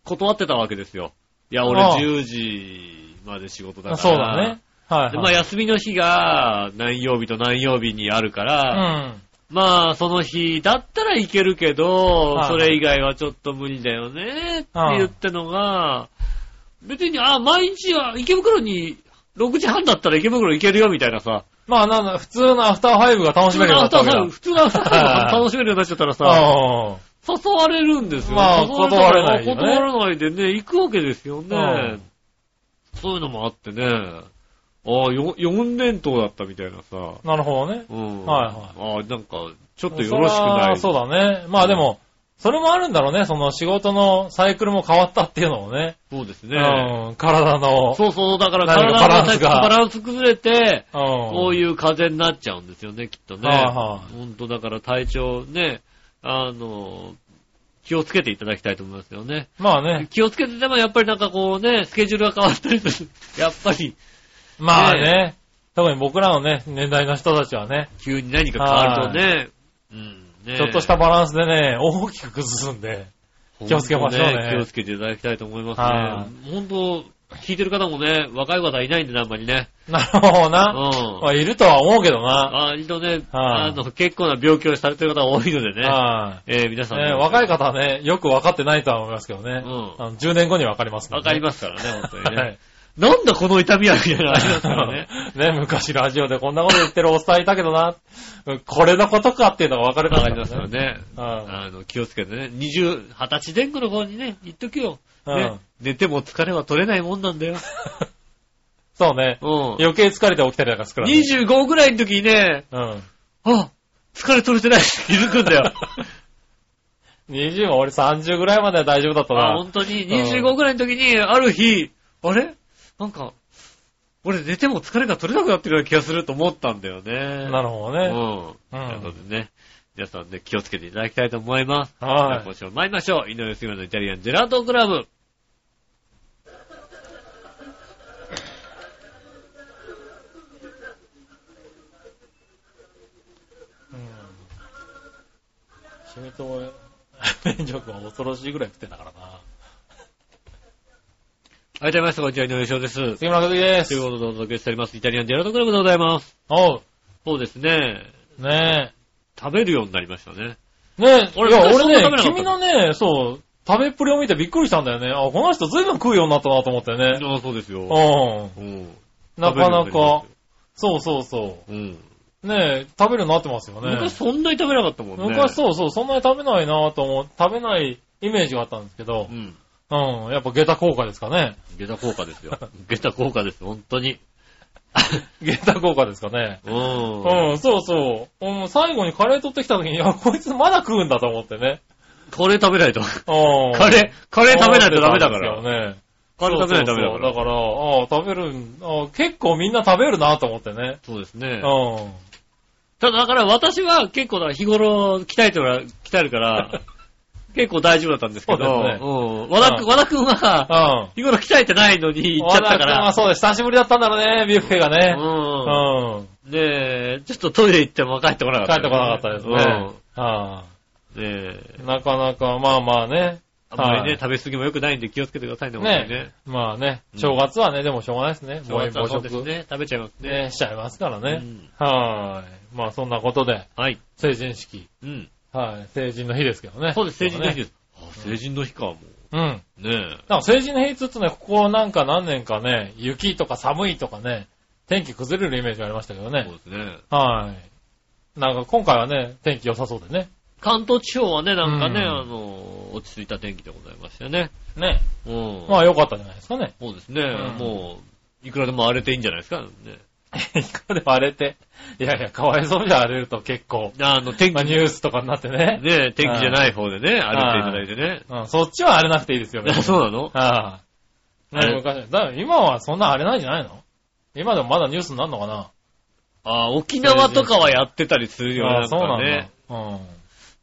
Speaker 2: 断ってたわけですよ。いや、俺
Speaker 3: ああ
Speaker 2: 10時まで仕事だから。
Speaker 3: そうだね。はい、
Speaker 2: でまあ、
Speaker 3: はい。
Speaker 2: 休みの日が何曜日と何曜日にあるから、
Speaker 3: うん。
Speaker 2: まあ、その日だったらいけるけど、
Speaker 3: はい
Speaker 2: それ以外はちょっと無理だよね、って
Speaker 3: ああ
Speaker 2: 言ってのが、別に、あ、毎日は池袋に6時半だったら池袋行けるよ、みたいなさ。
Speaker 3: まあ、なんだ、普通のアフターファイブが楽しめるようになった
Speaker 2: *laughs*
Speaker 3: わけだ。
Speaker 2: 普通の朝が楽しめるようになっちゃったらさ、
Speaker 3: うん
Speaker 2: 誘われるんですよ。
Speaker 3: まあ
Speaker 2: 誘われたら
Speaker 3: 断れないよね
Speaker 2: 断らないでね、行くわけですよ
Speaker 3: う
Speaker 2: ね
Speaker 3: ん。
Speaker 2: そういうのもあってね。ああ、よ4連投だったみたいなさ。
Speaker 3: なるほどね。
Speaker 2: うん。
Speaker 3: はい
Speaker 2: い。ああ、なんか、ちょっとよろしくない。
Speaker 3: そらそうだね。まあでも、それもあるんだろうね。その仕事のサイクルも変わったっていうのもね。
Speaker 2: そうですね。
Speaker 3: うん。体の。
Speaker 2: そうそう、だから
Speaker 3: 何
Speaker 2: 体
Speaker 3: か
Speaker 2: の
Speaker 3: バランスが
Speaker 2: バランス崩れて、
Speaker 3: うん。
Speaker 2: こう
Speaker 3: いう。
Speaker 2: いう風邪になっちゃうんですよね、きっとね。
Speaker 3: はいはい
Speaker 2: 本当だから体調ね、あの、気をつけていただきたいと思いますよね。
Speaker 3: まあね。
Speaker 2: 気をつけてでもやっぱりなんかこうね、スケジュールが変わったりする。 *laughs* やっぱり、
Speaker 3: まあね。特に僕らのね、年代の人たちはね、
Speaker 2: 急に何か変わるとね、うん、ね
Speaker 3: ちょっとしたバランスでね、大きく崩すんで。気をつけましょうね
Speaker 2: 本当気をつけていただきたいと思いま
Speaker 3: は
Speaker 2: すね。本当、聞いてる方もね、若い方い *laughs* ないんでね、あんまりね。
Speaker 3: なるほど
Speaker 2: う
Speaker 3: な。ま
Speaker 2: ん。
Speaker 3: あ、いるとは思うけどな。
Speaker 2: あ、割とね、
Speaker 3: はい
Speaker 2: あの、結構な病気をされてる方が多いのでね。
Speaker 3: はい。
Speaker 2: えー皆さん、
Speaker 3: ね、若い方はね、よく分かってないとは思いますけどね。
Speaker 2: うん
Speaker 3: あの10年後には分かりますから
Speaker 2: わ
Speaker 3: ね
Speaker 2: かりますからね、本当に
Speaker 3: は
Speaker 2: ね
Speaker 3: い。
Speaker 2: なんだこの痛みはみたいなのありますから
Speaker 3: *laughs*
Speaker 2: ね。
Speaker 3: ね、昔ラジオでこんなこと言ってるおっさんいたけどな、うんこれのことかっていうのが分かる
Speaker 2: わ
Speaker 3: ら
Speaker 2: かりますから。ね。
Speaker 3: うん
Speaker 2: あの、気をつけてね。二十、二十歳前後の方にね、言っとくよ。ね、
Speaker 3: うん
Speaker 2: 寝ても疲れは取れないもんなんだよ。
Speaker 3: そうね。
Speaker 2: う
Speaker 3: 余計疲れて起きたりなんかする
Speaker 2: ん。
Speaker 3: からね。
Speaker 2: 25ぐらいの時にね、
Speaker 3: うん。
Speaker 2: あ疲れ取れてないって気づくんだ
Speaker 3: *laughs*
Speaker 2: よ。
Speaker 3: 20は俺30ぐらいまでは大丈夫だった
Speaker 2: あ
Speaker 3: な。
Speaker 2: 本当に、
Speaker 3: うん
Speaker 2: 25ぐらいの時に、ある日、あれなんか、俺寝ても疲れが取れなくなってるような気がすると思ったんだよね。
Speaker 3: なるほ
Speaker 2: う
Speaker 3: どね。
Speaker 2: ん。
Speaker 3: うん
Speaker 2: ということでね、皆さんね、気をつけていただきたいと思います。
Speaker 3: は
Speaker 2: 今週も参りましょう。井上杉村のイタリアンジェラートクラブ。
Speaker 3: い。うん。君と俺、麺職は恐ろしいぐらい食ってたからな。
Speaker 2: はい、どうもみなさん、こんにちは、井上翔です。
Speaker 3: 杉村和樹で
Speaker 2: と
Speaker 3: す
Speaker 2: いう。ことでお届けしております。イタリアンジェラートクラブでございます。
Speaker 3: おう。
Speaker 2: そうですね。
Speaker 3: ね
Speaker 2: 食べるようになりましたね。
Speaker 3: え。ねえ、
Speaker 2: 俺
Speaker 3: いや、
Speaker 2: 昔そんな食べなか、っ
Speaker 3: 俺ね
Speaker 2: た
Speaker 3: 君のね、そう、食べっぷりを見てびっくりしたんだよね。あ、この人随分食うようになったなと思ってね。
Speaker 2: あそうですよ。
Speaker 3: う
Speaker 2: うん。
Speaker 3: ん。なかな
Speaker 2: 食べるよ
Speaker 3: か。そうそうそ
Speaker 2: うん。
Speaker 3: う。ねえ、食べるようになってますよね。
Speaker 2: 昔そんなに食べなかったもんね。
Speaker 3: 昔そうそう、そんなに食べないなと思う、食べないイメージがあったんですけど
Speaker 2: う、ん。
Speaker 3: うん、やっぱ下駄効果です
Speaker 2: *laughs*
Speaker 3: かね。
Speaker 2: 下駄効果です
Speaker 3: *laughs*
Speaker 2: よ。下駄効果です、本当に。
Speaker 3: 下駄効果ですかね。
Speaker 2: うん。
Speaker 3: うん、そうそう。うん、最後にカレー取ってきた時に、いや、こいつまだ食うんだと思ってね。
Speaker 2: カレー食べないと。
Speaker 3: うん。
Speaker 2: カレー、カ
Speaker 3: カ
Speaker 2: レー食べないとダメだから。
Speaker 3: ね。
Speaker 2: カレー食べないとダメだか
Speaker 3: そうそうそうだ
Speaker 2: ら。
Speaker 3: から、ああ、食べるんああ、結構みんな食べるなと思ってね。
Speaker 2: そうです
Speaker 3: う
Speaker 2: ね
Speaker 3: ん。。
Speaker 2: ただだから私は結構だ日頃鍛えてら、鍛えるから、結構大丈夫だったんですけど、
Speaker 3: そうですね
Speaker 2: うん。和田くん、和田くんは、
Speaker 3: うん。
Speaker 2: 日頃鍛えてないのに行っちゃったか
Speaker 3: ま
Speaker 2: ら
Speaker 3: あ、そうです。久しぶりだったんだろうね、ビュッフェがね。う。
Speaker 2: うんん。ねえ、ちょっとトイレ行っても帰ってこなかった。
Speaker 3: 帰ってこなかったですね。は
Speaker 2: うん。ねえ
Speaker 3: い。なかなか、まあまあね。
Speaker 2: あんまりね、
Speaker 3: はい
Speaker 2: 食べ過ぎも良くないんで気をつけてくださいね、本当にね
Speaker 3: ね。まあね。正月はね、でもしょうがないですね。
Speaker 2: 正
Speaker 3: 暴飲
Speaker 2: 月は
Speaker 3: 暴
Speaker 2: そうです
Speaker 3: 食。
Speaker 2: ね。食べちゃいますね。
Speaker 3: ね、しちゃいますからね
Speaker 2: うん。
Speaker 3: はーい。まあそんなことで、
Speaker 2: はい。
Speaker 3: 成人式。
Speaker 2: うん。
Speaker 3: はい。成人の日ですけどね。。
Speaker 2: そうです、成人の日ですす。あ、成人の日か、も
Speaker 3: うん。
Speaker 2: う。ねえ。
Speaker 3: なんか成人の日つつね、ここなんか何年かね、雪とか寒いとかね、天気崩れるイメージがありましたけど
Speaker 2: そう
Speaker 3: ね。
Speaker 2: ですね。
Speaker 3: はい。なんか今回はね、天気良さそうでね。
Speaker 2: 関東地方はね、なんかね、
Speaker 3: うん
Speaker 2: あの、落ち着いた天気でございましたよね。
Speaker 3: ね。
Speaker 2: うん。
Speaker 3: まあ良かったんじゃないですかね。 *laughs*
Speaker 2: そうですね、
Speaker 3: うん
Speaker 2: もう、いくらでも荒れていいんじゃないですか、ね。
Speaker 3: イカで割れて。いやいや、かわいそうじゃん、荒れると結構。
Speaker 2: あの、天気
Speaker 3: まあ、ニュースとかになってね。
Speaker 2: ね、天気じゃない方でね、歩いていただいて
Speaker 3: うん、そっちは荒れなくていいですよ、
Speaker 2: ね。あ *laughs* そうなの
Speaker 3: はい、
Speaker 2: あ
Speaker 3: ね
Speaker 2: れ
Speaker 3: 昔、だから今はそんな荒れないんじゃないの今でもまだニュースになるのかな
Speaker 2: あ沖縄とかはやってたりするよね。
Speaker 3: ああ、そうなんだ。
Speaker 2: ね。
Speaker 3: うん。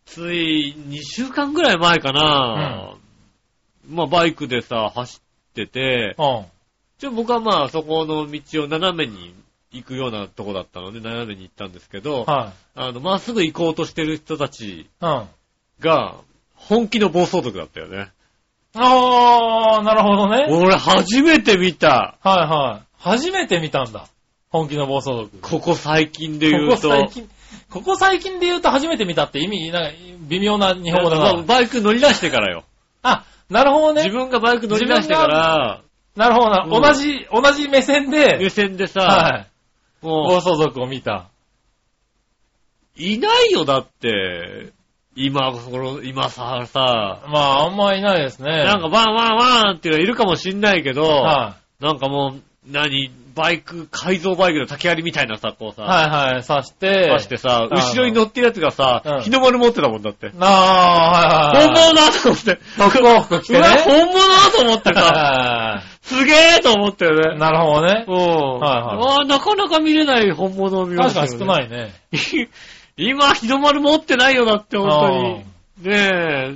Speaker 2: つい2週間ぐらい前かな、まあバイクでさ、走ってて、
Speaker 3: うん。
Speaker 2: ちょ、僕はまあそこの道を斜めに行くようなとこだったので、斜めに行ったんですけど、
Speaker 3: は
Speaker 2: あの、まっすぐ行こうとしてる人たち
Speaker 3: い。うん。
Speaker 2: が、本気の暴走族だったよね。
Speaker 3: あー、なるほどね。はい
Speaker 2: 俺初めて見た
Speaker 3: はい。初めて見たんだ。本気の暴走族。こ
Speaker 2: ここ最近で言う。
Speaker 3: こと最近、ここ最近で言うと初めて見たって意味、なんか微妙な日本語だ
Speaker 2: まあ
Speaker 3: な。
Speaker 2: バイク乗り出してからよ。
Speaker 3: あ、なるほど
Speaker 2: 自
Speaker 3: ね。
Speaker 2: 分がバイク乗り出してから、
Speaker 3: なるほどな。
Speaker 2: うん
Speaker 3: 同じ、同じ目線
Speaker 2: 目
Speaker 3: で、
Speaker 2: 線でさ、
Speaker 3: はい。暴
Speaker 2: も
Speaker 3: 走族を見た。
Speaker 2: う、いないよ、だって、今、この今さ、さ、
Speaker 3: まあ、あんまいないですね。
Speaker 2: なんか、ワンワンワンっていうのはいるかもしんないけど、
Speaker 3: は
Speaker 2: なんかもう、何、バイク、改造バイクの竹槍みたいなさ、こう
Speaker 3: い。
Speaker 2: さ、
Speaker 3: はいはい、刺して。
Speaker 2: 出してさ、後ろに乗ってるやつが
Speaker 3: う
Speaker 2: さ
Speaker 3: ん、
Speaker 2: 日の丸持ってたもんだって。
Speaker 3: ああ、はい
Speaker 2: 本
Speaker 3: はいはい。
Speaker 2: 物だと思って。
Speaker 3: 特攻服着
Speaker 2: う
Speaker 3: てね。
Speaker 2: わ、本物だと思ってさ、
Speaker 3: は
Speaker 2: すげえと思ったよ
Speaker 3: い
Speaker 2: ね。
Speaker 3: なるほどね
Speaker 2: う。ん。
Speaker 3: はいはいう
Speaker 2: わなかなか見れない本物を見ま
Speaker 3: 確
Speaker 2: した
Speaker 3: か
Speaker 2: よ
Speaker 3: に
Speaker 2: ね。
Speaker 3: 少ないね。
Speaker 2: *laughs* 今、日の丸持ってないよだって、本当に。ねえ、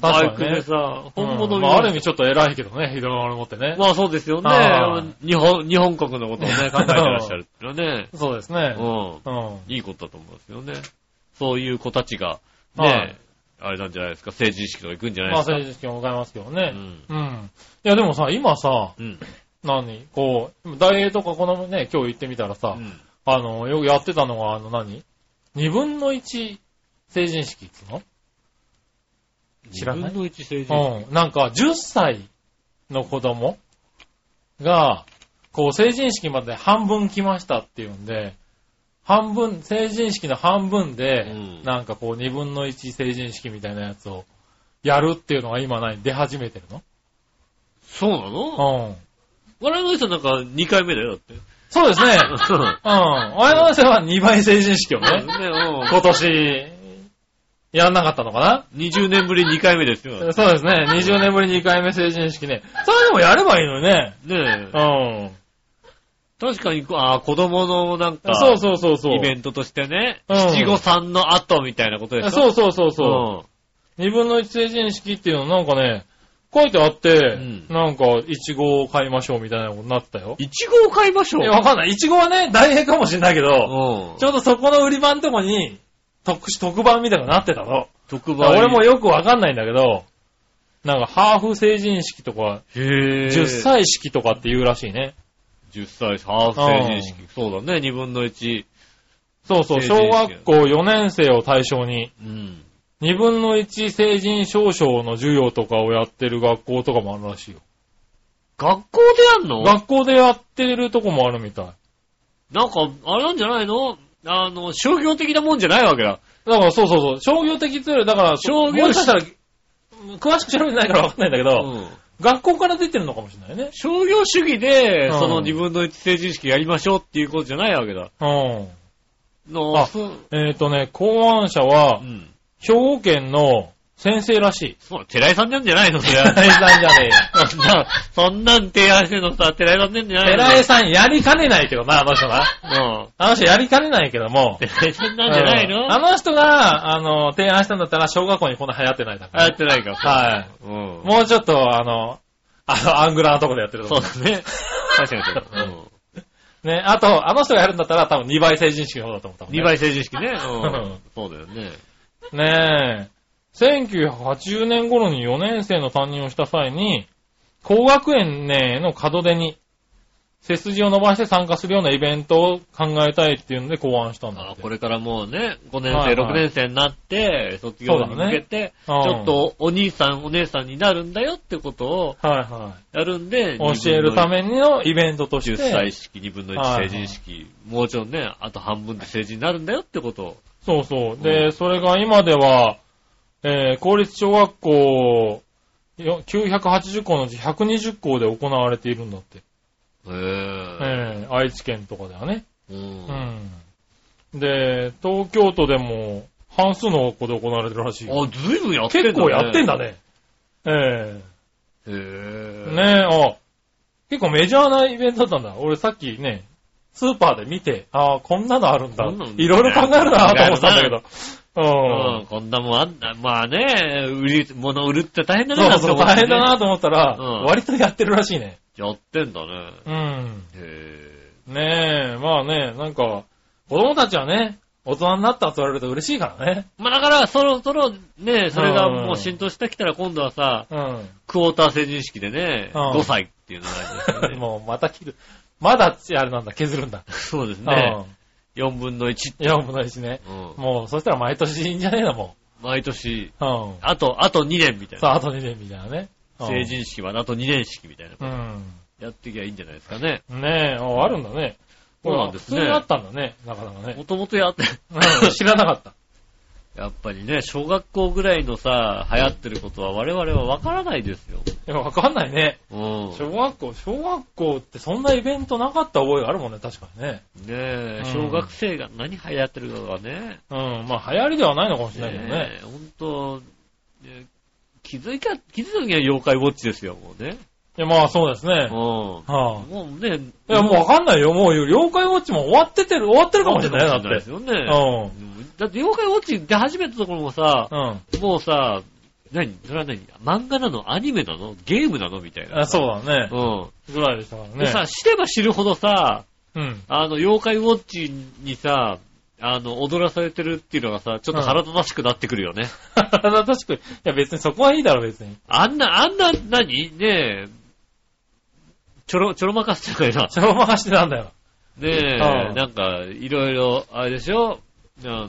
Speaker 2: バイ
Speaker 3: 確
Speaker 2: ク
Speaker 3: かにね
Speaker 2: でさ、本
Speaker 3: 本
Speaker 2: 物
Speaker 3: 物
Speaker 2: 見
Speaker 3: まあ、ある意
Speaker 2: ま
Speaker 3: 味ちょっと偉いけどね、ヒドロマル持ってね。
Speaker 2: まあそうですよ
Speaker 3: ああ
Speaker 2: ね。日本、日本国のことをね、考えてらっしゃるっていうのはね。
Speaker 3: そうです *laughs* ね。
Speaker 2: う
Speaker 3: うん。
Speaker 2: ん。いいことだと思うんですよね。そういう子たちが、
Speaker 3: は
Speaker 2: ね
Speaker 3: い
Speaker 2: あれなんじゃないですか、政治意識とか行くんじゃない
Speaker 3: ま
Speaker 2: で
Speaker 3: あ、
Speaker 2: すか。
Speaker 3: 政治資金もございますけどね。
Speaker 2: うん
Speaker 3: うん。いや、でもさ、今さ、
Speaker 2: うん。
Speaker 3: 何こう、大英とかこのね、今日行ってみたらさ、
Speaker 2: うん
Speaker 3: あの、よくやってたのが、あの何、二分の一成人式っつうの知らない
Speaker 2: 自分の一政治意識。
Speaker 3: うん。なんか、10歳の子供が、こう、成人式まで半分来ましたっていうんで、半分、成人式の半分で、
Speaker 2: うん
Speaker 3: なんかこう、2分の1成人式みたいなやつをやるっていうのが今何出始めてる
Speaker 2: そうなの
Speaker 3: のうん。
Speaker 2: 我々の人なんか2回目だよ、だって。
Speaker 3: そうです
Speaker 2: *laughs*
Speaker 3: ね。うん。我々の世は2倍成人式をね、
Speaker 2: ねうん
Speaker 3: 今年、やんなかったのかな
Speaker 2: 20年ぶり2回目ですよ。だって
Speaker 3: そうですね。20年ぶり2回目成人式ね。それでもやればいいのにね。
Speaker 2: ねえ
Speaker 3: うん。
Speaker 2: 確かに、ああ、子供のなんか、
Speaker 3: そうそうそうそう。
Speaker 2: イベントとしてね、
Speaker 3: うん
Speaker 2: 七五三の後みたいなことでしょ
Speaker 3: そうそうそうそう。二分の一成人式っていうのなんかね、書いてあって、
Speaker 2: ん
Speaker 3: なんか、イチゴを買いましょうみたいなことになってたよ。
Speaker 2: ん。いちごを買いましょう。
Speaker 3: いや、わかんない。イチゴはね、大変かもしれないけど、
Speaker 2: うん。
Speaker 3: ちょうどそこの売り場のとこに、特殊、特番みたいなのなってたの。
Speaker 2: 特売。
Speaker 3: 俺もよくわかんないんだけど、なんか、ハーフ成人式とか、
Speaker 2: へぇ
Speaker 3: 10。歳式とかって言うらしいね。
Speaker 2: 10歳、ハーフ成人式。そうだね、2分の1。
Speaker 3: そうそう、
Speaker 2: 成
Speaker 3: 小
Speaker 2: 人式
Speaker 3: 学校4年生を対象に、
Speaker 2: うん。
Speaker 3: 2分の1成人少々の授業とかをやってる学校とかもあるらしいよ。
Speaker 2: 学校でやんの
Speaker 3: 学校でやってるとこもあるみたい。
Speaker 2: なんか、あれなんじゃないのあの、商業的なもんじゃないわけだ。
Speaker 3: だからそうそうそう、商業的ツール、だから
Speaker 2: 商業
Speaker 3: もしかしたら、詳しく調べてないからわかんないんだけど、
Speaker 2: うん。
Speaker 3: 学校から出てるのかもしれないね。
Speaker 2: 商業主義で、
Speaker 3: うん
Speaker 2: その2分の1成人式やりましょうっていうことじゃないわけだ。
Speaker 3: うん。
Speaker 2: の、
Speaker 3: あ
Speaker 2: そう。
Speaker 3: えっ、とね、考案者
Speaker 2: う
Speaker 3: は、
Speaker 2: ん。
Speaker 3: 兵庫県の先生らしい。
Speaker 2: そう、寺井さんなんじゃないのそれ
Speaker 3: 寺
Speaker 2: は
Speaker 3: 井さんじゃね
Speaker 2: *laughs* そんな、そんなん提案してんのさ、寺井さんなんじゃ
Speaker 3: え
Speaker 2: ない
Speaker 3: よ。
Speaker 2: の
Speaker 3: 寺井さんやりかねないけどな、あの
Speaker 2: *laughs*
Speaker 3: 人な。
Speaker 2: うん。
Speaker 3: あの人やりかねないけども。
Speaker 2: 寺井さんなんじゃない
Speaker 3: うんあ
Speaker 2: の
Speaker 3: の人が、あの、提案したんだったら、小学校にこんな流行ってないだから。
Speaker 2: やってないか。
Speaker 3: はい。
Speaker 2: い。うん。
Speaker 3: もうちょっと、あの、あの、アングラーのとこでやってる
Speaker 2: そ
Speaker 3: と思
Speaker 2: うだね。確かにそうだ。うん。
Speaker 3: *laughs* ね、あと、あの人がやるんだったら多分2倍成人式の方だと思ったもんね。
Speaker 2: 2。倍成人式ね。うんん。そうだよね。
Speaker 3: ねえ。1980年頃に4年生の担任をした際に、高学園ねの門出に、背筋を伸ばして参加するようなイベントを考えたいっていうので考案したんだ
Speaker 2: あ
Speaker 3: って。
Speaker 2: これからもうね、5年
Speaker 3: は
Speaker 2: 生、
Speaker 3: いはい
Speaker 2: 6年生になって、卒業に向けて、ち
Speaker 3: そうだね
Speaker 2: ょっとお兄さん、お姉さんになるんだよってことを
Speaker 3: はいは
Speaker 2: やるんで、
Speaker 3: い。教えるためのイベントとして。
Speaker 2: 10歳式、2分の
Speaker 3: はいは
Speaker 2: 1
Speaker 3: い
Speaker 2: 成人式、もうちょいね、あと半分で成人になるんだよってことを。
Speaker 3: そうそう。で、それが今では、えー公立小学校よ980校のうち120校で行われているんだって。
Speaker 2: あへえ。
Speaker 3: ええ愛知県とかではね。
Speaker 2: う。
Speaker 3: うんん。で、東京都でも半数の学校で行われてるらしい。
Speaker 2: あ、ずいぶんやってんだね。
Speaker 3: 結構やってんだ。ね。
Speaker 2: へ
Speaker 3: ええ
Speaker 2: え。。
Speaker 3: ねえ、あ、結構メジャーなイベントだったんだ。俺さっきね、スーパーで見て、ああ、こんなのあるんだ
Speaker 2: こんな。のね
Speaker 3: いろいろ考えるなと思ってたんだけど。
Speaker 2: *laughs* う、
Speaker 3: うん
Speaker 2: こんなもんあんな、まあね、売り、物売るって大変だ
Speaker 3: ん。
Speaker 2: ね、
Speaker 3: そうそう、大変だ
Speaker 2: なんて思ってね。
Speaker 3: なと思ったら、
Speaker 2: うん
Speaker 3: 割とやってるらしいね。
Speaker 2: やってんだね。
Speaker 3: うん。
Speaker 2: へ
Speaker 3: ねえ、まあね、なんか、子供たちはね、大人になったって言われると嬉しいからね。
Speaker 2: え。まあだから、そろそろね、それが
Speaker 3: うん
Speaker 2: もう浸透してきたら今度はさ、
Speaker 3: うん。
Speaker 2: クォーター成人式でね、
Speaker 3: うん
Speaker 2: 5歳っていうのがありますよね。
Speaker 3: *laughs* もうまた切る。まだ、あれなんだ、削るんだ。
Speaker 2: そうですね。4分の1。
Speaker 3: うん。4分の1ね。
Speaker 2: うん。
Speaker 3: もう、そしたら毎年いいんじゃねえのも
Speaker 2: 毎年、
Speaker 3: う。うん。
Speaker 2: あと、あと2年みたい
Speaker 3: さ
Speaker 2: な。
Speaker 3: あ、あと2年みたいなね。うん
Speaker 2: 成。人式はあと2年式みたいな。
Speaker 3: うん。
Speaker 2: やってきゃいいんじゃないですかね。
Speaker 3: ねえ、ああるんだね。
Speaker 2: そうなんですね
Speaker 3: 普通にあったんだね、なかなかね
Speaker 2: も。ともとやって、 *laughs*
Speaker 3: うん *laughs* 知らなかった。
Speaker 2: やっぱりね、小学校ぐらいのさ、流行ってることは我々はわからないですよ。
Speaker 3: いや、わかんないね。
Speaker 2: うん。
Speaker 3: 小学校、小学校ってそんなイベントなかった覚えがあるもんね、確かにね。
Speaker 2: ねえ、
Speaker 3: う
Speaker 2: 小
Speaker 3: ん
Speaker 2: 学生が何流行ってるかがね。
Speaker 3: うん、まあ流行りではないのかもしれないけどね。
Speaker 2: え、ほんと、ね気づいた、気づいた時は妖怪ウォッチですよ、もうね。
Speaker 3: いや、まあそうです
Speaker 2: うん。
Speaker 3: ね。
Speaker 2: も
Speaker 3: は
Speaker 2: うね、
Speaker 3: あ、いや、もうわかんないよ。もう、妖怪ウォッチも終わっててる、終わってるかもしれないよ、だ
Speaker 2: な
Speaker 3: っ
Speaker 2: んてで
Speaker 3: て
Speaker 2: す。よね。
Speaker 3: うん。
Speaker 2: だって妖怪ウォッチ出始めたところもさ、
Speaker 3: うん。
Speaker 2: もうさ、何それは何漫画なのアニメなのゲームなのみたいな。
Speaker 3: あそうだね。
Speaker 2: う
Speaker 3: ぐらいでしたから
Speaker 2: ん。で
Speaker 3: ね。
Speaker 2: さ、知れば知るほどさ、
Speaker 3: うん。
Speaker 2: あの、妖怪ウォッチにさ、あの、踊らされてるっていうのがさ、ちょっと腹立たしくなってくるよね。
Speaker 3: *laughs* 確かに。いや、別にそこはいいだろ、別に。
Speaker 2: あんな、あんな、何ねえ、ちょろ、ちょろまかすじゃないな。
Speaker 3: *laughs* それを任してたんだよ。
Speaker 2: ね
Speaker 3: う
Speaker 2: え、
Speaker 3: ん
Speaker 2: なんか、いろいろ、あれでしょあの、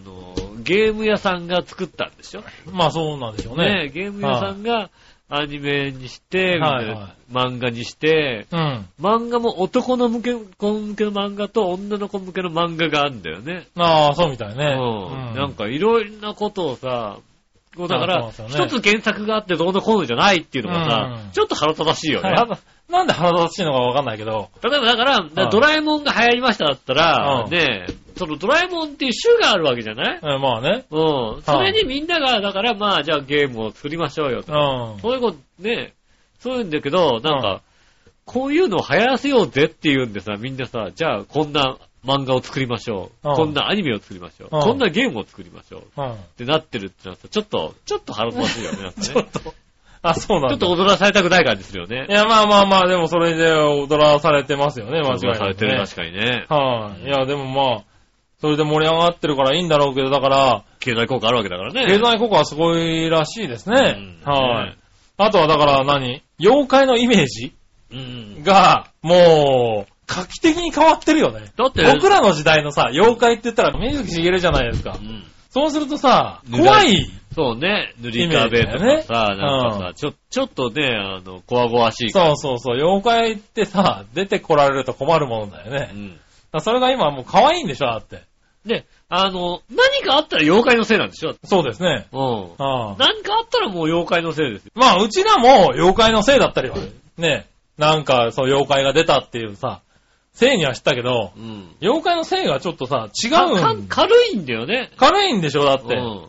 Speaker 2: ゲーム屋さんが作ったんでしょ
Speaker 3: まあそうなんでしょう
Speaker 2: ね
Speaker 3: ね。
Speaker 2: え、ゲーム屋さんがアニメにして、
Speaker 3: はいは
Speaker 2: 漫画にして、
Speaker 3: うん。
Speaker 2: 漫画も男の向け、子向けの漫画と女の子向けの漫画があるんだよね。
Speaker 3: ああ、そうみたいね。
Speaker 2: うん。なんかいろいろなことをさ、こうだか
Speaker 3: そ
Speaker 2: ら、
Speaker 3: うそう
Speaker 2: 一
Speaker 3: そうね
Speaker 2: つ原作があってどうのこうのじゃないっていうのがさ、
Speaker 3: うん
Speaker 2: ちょっと腹立たしいよね。
Speaker 3: 腹立なんで腹立たしいのかわかんないけど。
Speaker 2: 例えばだから、
Speaker 3: うん
Speaker 2: ドラえもんが流行りましただったら、
Speaker 3: うん
Speaker 2: ねえ、そのドラえもんっていう種があるわけじゃない
Speaker 3: うんまあね。
Speaker 2: うん。それにみんなが、だからまあ、じゃあゲームを作りましょうよ
Speaker 3: う
Speaker 2: と。
Speaker 3: ん。
Speaker 2: そういうこと、ね、そういうんだけど、なんか、こういうのを流行らせようぜっていうんでさ、みんなさ、じゃあこんな漫画を作りましょう。
Speaker 3: うん
Speaker 2: こんなアニメを作りましょう。
Speaker 3: うん
Speaker 2: こんなゲームを作りましょう。っ
Speaker 3: うん。
Speaker 2: てなってるってなったら、ちょっと、ちょっと腹立たしいよね、なん
Speaker 3: *laughs*
Speaker 2: かね
Speaker 3: ちょっと。あ、そう
Speaker 2: ちょ
Speaker 3: な
Speaker 2: っ
Speaker 3: んだ。
Speaker 2: と踊らされたくない感じするよね
Speaker 3: い。や、まあまあまあ、でもそれで踊らされてますよね、
Speaker 2: 踊
Speaker 3: 間違い
Speaker 2: ら
Speaker 3: なく、ね。
Speaker 2: されてる、確かにね。
Speaker 3: はい、いや、でもまあ、それで盛り上がってるからいいんだろうけど、だから、
Speaker 2: 経済効果あるわけだから *laughs* ね。
Speaker 3: 経済効果はすごいらしいですね。
Speaker 2: うん
Speaker 3: はい、
Speaker 2: ね
Speaker 3: あとはだから何妖怪のイメージ
Speaker 2: うん。
Speaker 3: が、もう、画期的に変わってるよね。
Speaker 2: だって、
Speaker 3: 僕らの時代のさ、妖怪って言ったら水木しげるじゃないですか
Speaker 2: う。ん
Speaker 3: そうするとさ、
Speaker 2: ね
Speaker 3: 怖い。
Speaker 2: そうね、塗り壁とか
Speaker 3: イメージ
Speaker 2: さ、
Speaker 3: だよね
Speaker 2: なんかさ、ちょ、ちょっとね、あの、こわごわしい。
Speaker 3: そうそうそう、妖怪ってさ、出てこられると困るものだよ
Speaker 2: う
Speaker 3: ね。
Speaker 2: ん。
Speaker 3: だからそれが今もう可愛いんでしょ、だって。
Speaker 2: で、あの、何かあったら妖怪のせいなんでしょ
Speaker 3: そうですね。
Speaker 2: うん。
Speaker 3: ああ
Speaker 2: 何かあったらもう妖怪のせいですよ。
Speaker 3: まあ、うちらも妖怪のせいだったりは、ね、なんか、そう、妖怪が出たっていうさ、せいには知ったけど、
Speaker 2: うん。
Speaker 3: 妖怪のせいがちょっとさ、違
Speaker 2: か
Speaker 3: うん。
Speaker 2: 軽いんだよね。
Speaker 3: 軽いんでしょ、だっ
Speaker 2: う
Speaker 3: て。
Speaker 2: ん。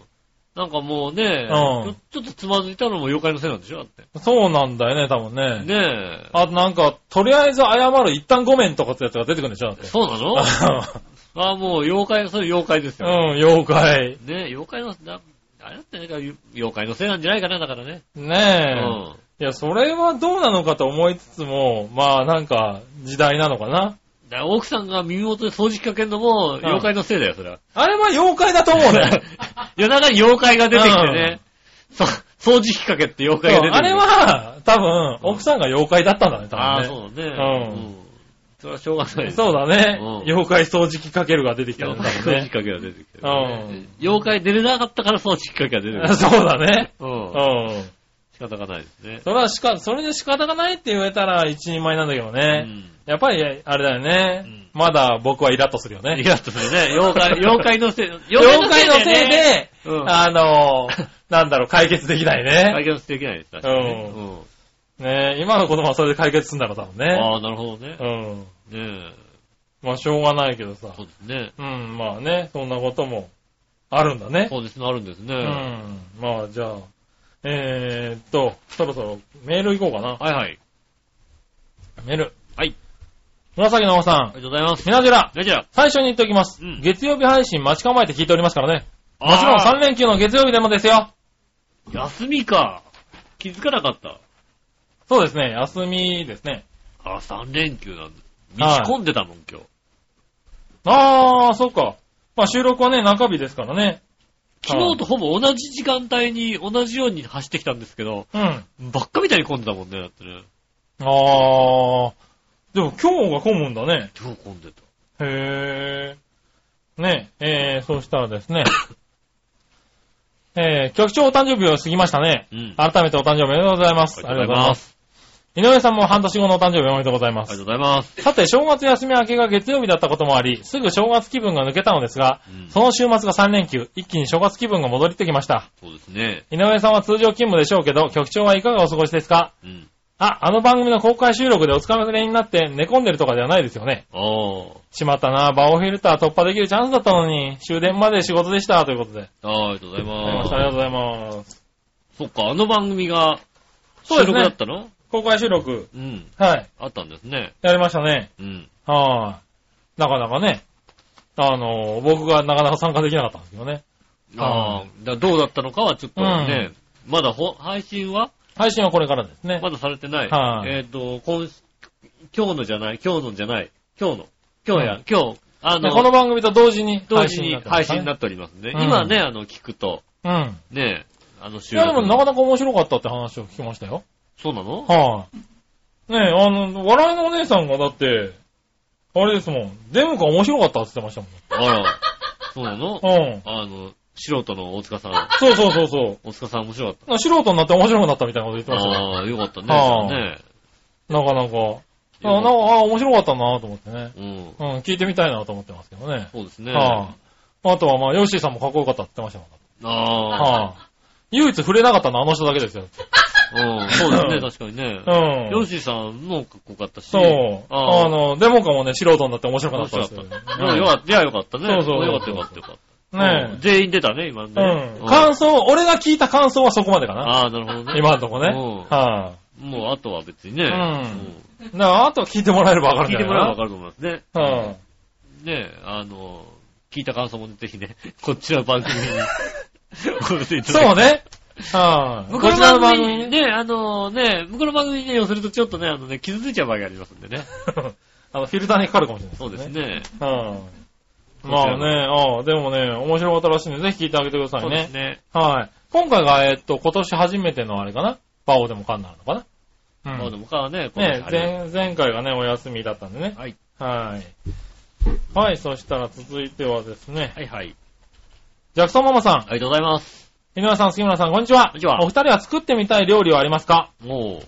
Speaker 2: なんかもうね、
Speaker 3: うん
Speaker 2: ちょちょっとつまずいたのも妖怪のせいなんでしょだって。
Speaker 3: そうなんだよね、多分ね。
Speaker 2: ねえ。
Speaker 3: あとなんか、とりあえず謝る一旦ごめんとかってやつが出てくるんでしょ、だって。
Speaker 2: そうなのあもう妖怪、それ妖怪です
Speaker 3: *laughs* う
Speaker 2: よ。
Speaker 3: ん、妖怪。
Speaker 2: ねえ、妖怪の、なあれだってね、妖怪のせいなんじゃないかな、だからね。う
Speaker 3: ねえ。
Speaker 2: ん。
Speaker 3: いや、それはどうなのかと思いつつも、まあ、なんか、時代なのかな。
Speaker 2: だから奥さんが耳元で掃除機かけるのも、妖怪のせいだよ、それは。 *laughs*
Speaker 3: あれは妖怪だと思うね。
Speaker 2: 夜中に妖怪が出てきてね、そ掃除機かけって妖怪が出てきて。
Speaker 3: *laughs* あれは、多分、奥さんが妖怪だったんだね、多分ね。
Speaker 2: ああ、そうだね。
Speaker 3: うん
Speaker 2: ん。それはしょうがないです。
Speaker 3: そうだね。
Speaker 2: うん
Speaker 3: 妖怪掃除機かけるが出てきたん
Speaker 2: 妖
Speaker 3: だ
Speaker 2: 怪の
Speaker 3: も
Speaker 2: 掃
Speaker 3: ん
Speaker 2: 除機
Speaker 3: ね。
Speaker 2: かけが出てきてる、
Speaker 3: うん
Speaker 2: 妖怪出れなかったから掃除機かけが出てくる。
Speaker 3: *laughs* そうだね。
Speaker 2: う。
Speaker 3: うんん。
Speaker 2: 仕方がないですね。
Speaker 3: それはしか、それで仕方がないって言えたら一人前なんだけど
Speaker 2: う
Speaker 3: ね。
Speaker 2: ん。
Speaker 3: やっぱり、あれだよね、
Speaker 2: うん
Speaker 3: まだ僕はイラッとするよ
Speaker 2: イ
Speaker 3: ね。
Speaker 2: ラッとするね。妖
Speaker 3: *laughs*
Speaker 2: 怪、妖怪のせい、
Speaker 3: 妖怪のせいで、
Speaker 2: ね、うん *laughs*
Speaker 3: あのー、なんだろう、解決できないね。
Speaker 2: 解決できないです、確かにね。
Speaker 3: ねえ、今の言葉はそれで解決するんだろう、多分ね。
Speaker 2: ああ、なるほどね。
Speaker 3: うん。
Speaker 2: ね
Speaker 3: まあ、しょうがないけどさ
Speaker 2: え。。そうですね。
Speaker 3: うん、まあね、そんなこともあるんだね。
Speaker 2: そうですね、あるんですね。
Speaker 3: う
Speaker 2: は
Speaker 3: ん。まあ、じゃあ、えーっと、そろそろメール行こうかな。
Speaker 2: いはい。
Speaker 3: メール。
Speaker 2: はい。
Speaker 3: 紫のおさ
Speaker 2: あ
Speaker 3: ん。
Speaker 2: りがとうございます。
Speaker 3: みなじら、
Speaker 2: じゃあ、
Speaker 3: 最初に言っておきます。
Speaker 2: うん
Speaker 3: 月曜日配信待ち構えて聞いておりますからね。も
Speaker 2: あ
Speaker 3: ちろん3連休の月曜日でもですよ。
Speaker 2: ー休みか。気づかなかった。
Speaker 3: そうですね、休みですね。
Speaker 2: あー、3連休なんだ。
Speaker 3: はい
Speaker 2: 打ち込んでたもん、今日。
Speaker 3: あー、そっか。まあ収録はね、中日ですからね。
Speaker 2: 昨日とほぼ同じ時間帯に同じように走ってきたんですけど、
Speaker 3: うん。
Speaker 2: ばっかみたいに混んでたもんね、だってね。
Speaker 3: あー、でも今日が混むんだね。
Speaker 2: 今日混んでた。
Speaker 3: へー。ね、えー、そうしたらですね。えー、局長お誕生日を過ぎましたね。
Speaker 2: うん。
Speaker 3: 改めてお誕生日おめでとうございます。。
Speaker 2: ありがとうございます
Speaker 3: 井上さんも半年後のお誕生日おめでとうございま
Speaker 2: ありがと
Speaker 3: す
Speaker 2: う。ございます。
Speaker 3: さて、正月休み明けが月曜日だったこともあり、すぐ正月気分が抜けたのですが、
Speaker 2: うん
Speaker 3: その週末が3連休、一気に正月気分が戻ってきました。
Speaker 2: そうですね。
Speaker 3: 井上さんは通常勤務でしょうけど、局長はいかがお過ごしですか
Speaker 2: うん。
Speaker 3: あ、あの番組の公開収録でお疲れになって寝込んでるとかではないですよね。
Speaker 2: ああ。
Speaker 3: しまったな、バオフィルター突破できるチャンスだったのに、終電まで仕事でした、ということで。
Speaker 2: あーありがとうござい
Speaker 3: ありが
Speaker 2: ま
Speaker 3: と
Speaker 2: す。
Speaker 3: うございます。
Speaker 2: そっか、あの番組が収
Speaker 3: そうです
Speaker 2: 録
Speaker 3: ね
Speaker 2: だったの
Speaker 3: 公開収録、
Speaker 2: うん。
Speaker 3: はい、
Speaker 2: あったんですね。
Speaker 3: やりましたね。
Speaker 2: うん。
Speaker 3: はい。なかなかね、あの、僕がなかなか参加できなかったんですけどね。
Speaker 2: ああ。だからどうだったのかはちょっとね、まだほ配信は
Speaker 3: 配信はこれからですね。
Speaker 2: まだされてない。
Speaker 3: はい
Speaker 2: えっ、と、今し、今日のじゃない、今日のじゃない、今日の、今日や、今日、あ
Speaker 3: で
Speaker 2: の、
Speaker 3: この番組と同時に
Speaker 2: 同
Speaker 3: 配
Speaker 2: 時
Speaker 3: 信
Speaker 2: に
Speaker 3: なっ
Speaker 2: 配
Speaker 3: てますね
Speaker 2: 信になっておりますね。
Speaker 3: うん
Speaker 2: 今ね、あの、聞くと、
Speaker 3: うん。
Speaker 2: ね、あの、収
Speaker 3: いやでもなか
Speaker 2: の
Speaker 3: なか面白かったって話を聞きましたよ。
Speaker 2: そうなの
Speaker 3: はい、ねえ、あの、笑いのお姉さんがだって、あれですもん、デムが面白かったって言ってました
Speaker 2: あら、そうなの
Speaker 3: もん。うん。
Speaker 2: あの、素人の大塚さん、
Speaker 3: そうそうそうそ
Speaker 2: 大塚さん面白かっ
Speaker 3: う。素人になって面白くなったみたいなこと言って
Speaker 2: た。
Speaker 3: ましたよ。
Speaker 2: ああ、よかったね。
Speaker 3: はあ
Speaker 2: ね
Speaker 3: なかなか。あ
Speaker 2: よかっ
Speaker 3: な
Speaker 2: た
Speaker 3: んかあ、面白かったなと思ってね。
Speaker 2: うん。
Speaker 3: うん、聞いてみたいなと思ってますけどね。
Speaker 2: そうですね。
Speaker 3: はあ、あとはまあ、ヨッシーさんもかっこよかったって言ってましたもん。
Speaker 2: ああ、
Speaker 3: はあ、唯一触れなかったのはあの人だけですよ。
Speaker 2: うん、そうですね、確かにね
Speaker 3: う。ん。
Speaker 2: ヨッシーさんもかっこよかったし。
Speaker 3: そう。
Speaker 2: あ
Speaker 3: あ
Speaker 2: あ
Speaker 3: の、デモかもね、素人になって面白くな
Speaker 2: 面
Speaker 3: ったん
Speaker 2: 白
Speaker 3: で
Speaker 2: か
Speaker 3: す
Speaker 2: った。
Speaker 3: よ。
Speaker 2: うんよかった、じゃあよかったね。
Speaker 3: そうそう
Speaker 2: よかったよかったよかった。う
Speaker 3: ね
Speaker 2: ん全員出たね、今ね。
Speaker 3: え。うん。
Speaker 2: あ
Speaker 3: 感想、俺が聞いた感想はそこまでかな。
Speaker 2: あー、なるほどね。
Speaker 3: 今のとこね。
Speaker 2: うん
Speaker 3: は
Speaker 2: もうあとは別にね。う
Speaker 3: ん
Speaker 2: ん
Speaker 3: い、だからあとは聞いてもらえればわかるん
Speaker 2: 聞い
Speaker 3: だ
Speaker 2: て
Speaker 3: よ
Speaker 2: もらえばわかると思いますね。
Speaker 3: うん。
Speaker 2: ねえ、あの、聞いた感想もぜひね、 *laughs* こっちの番組
Speaker 3: *laughs*
Speaker 2: に。送っていただいて
Speaker 3: そうね。はい、
Speaker 2: 向こ
Speaker 3: こ
Speaker 2: うの
Speaker 3: ち
Speaker 2: 番
Speaker 3: らの番
Speaker 2: 組
Speaker 3: 組
Speaker 2: に
Speaker 3: にね。
Speaker 2: ね、あのね、向こうの番組にね、寄せるとちょっとね、あのね、傷ついちゃう場合がありますんでね。 *laughs*
Speaker 3: あの、フィルターにかかるかもしれない、
Speaker 2: そうです。ね。
Speaker 3: はい、まあね、ああ、でもね、面白かったらしいんで、ぜひ聞いてあげてください
Speaker 2: そう
Speaker 3: ね。
Speaker 2: ですね。
Speaker 3: はい。今回が、えっと、今年初めてのあれかなバオでもカンナなのかな
Speaker 2: ま
Speaker 3: う
Speaker 2: あ
Speaker 3: ん
Speaker 2: で。も他はね、今年
Speaker 3: ね
Speaker 2: あれ
Speaker 3: 前、前回がね、お休みだったんでね。
Speaker 2: はい。
Speaker 3: はい。はい、そしたら続いてはですね、
Speaker 2: はいはい。
Speaker 3: ジャクソンママさ
Speaker 2: ありがとうございます。
Speaker 3: ん、井上さん、杉村さん、こんにちは。
Speaker 2: こんにちは
Speaker 3: お二人は作ってみたい料理はありますか
Speaker 2: も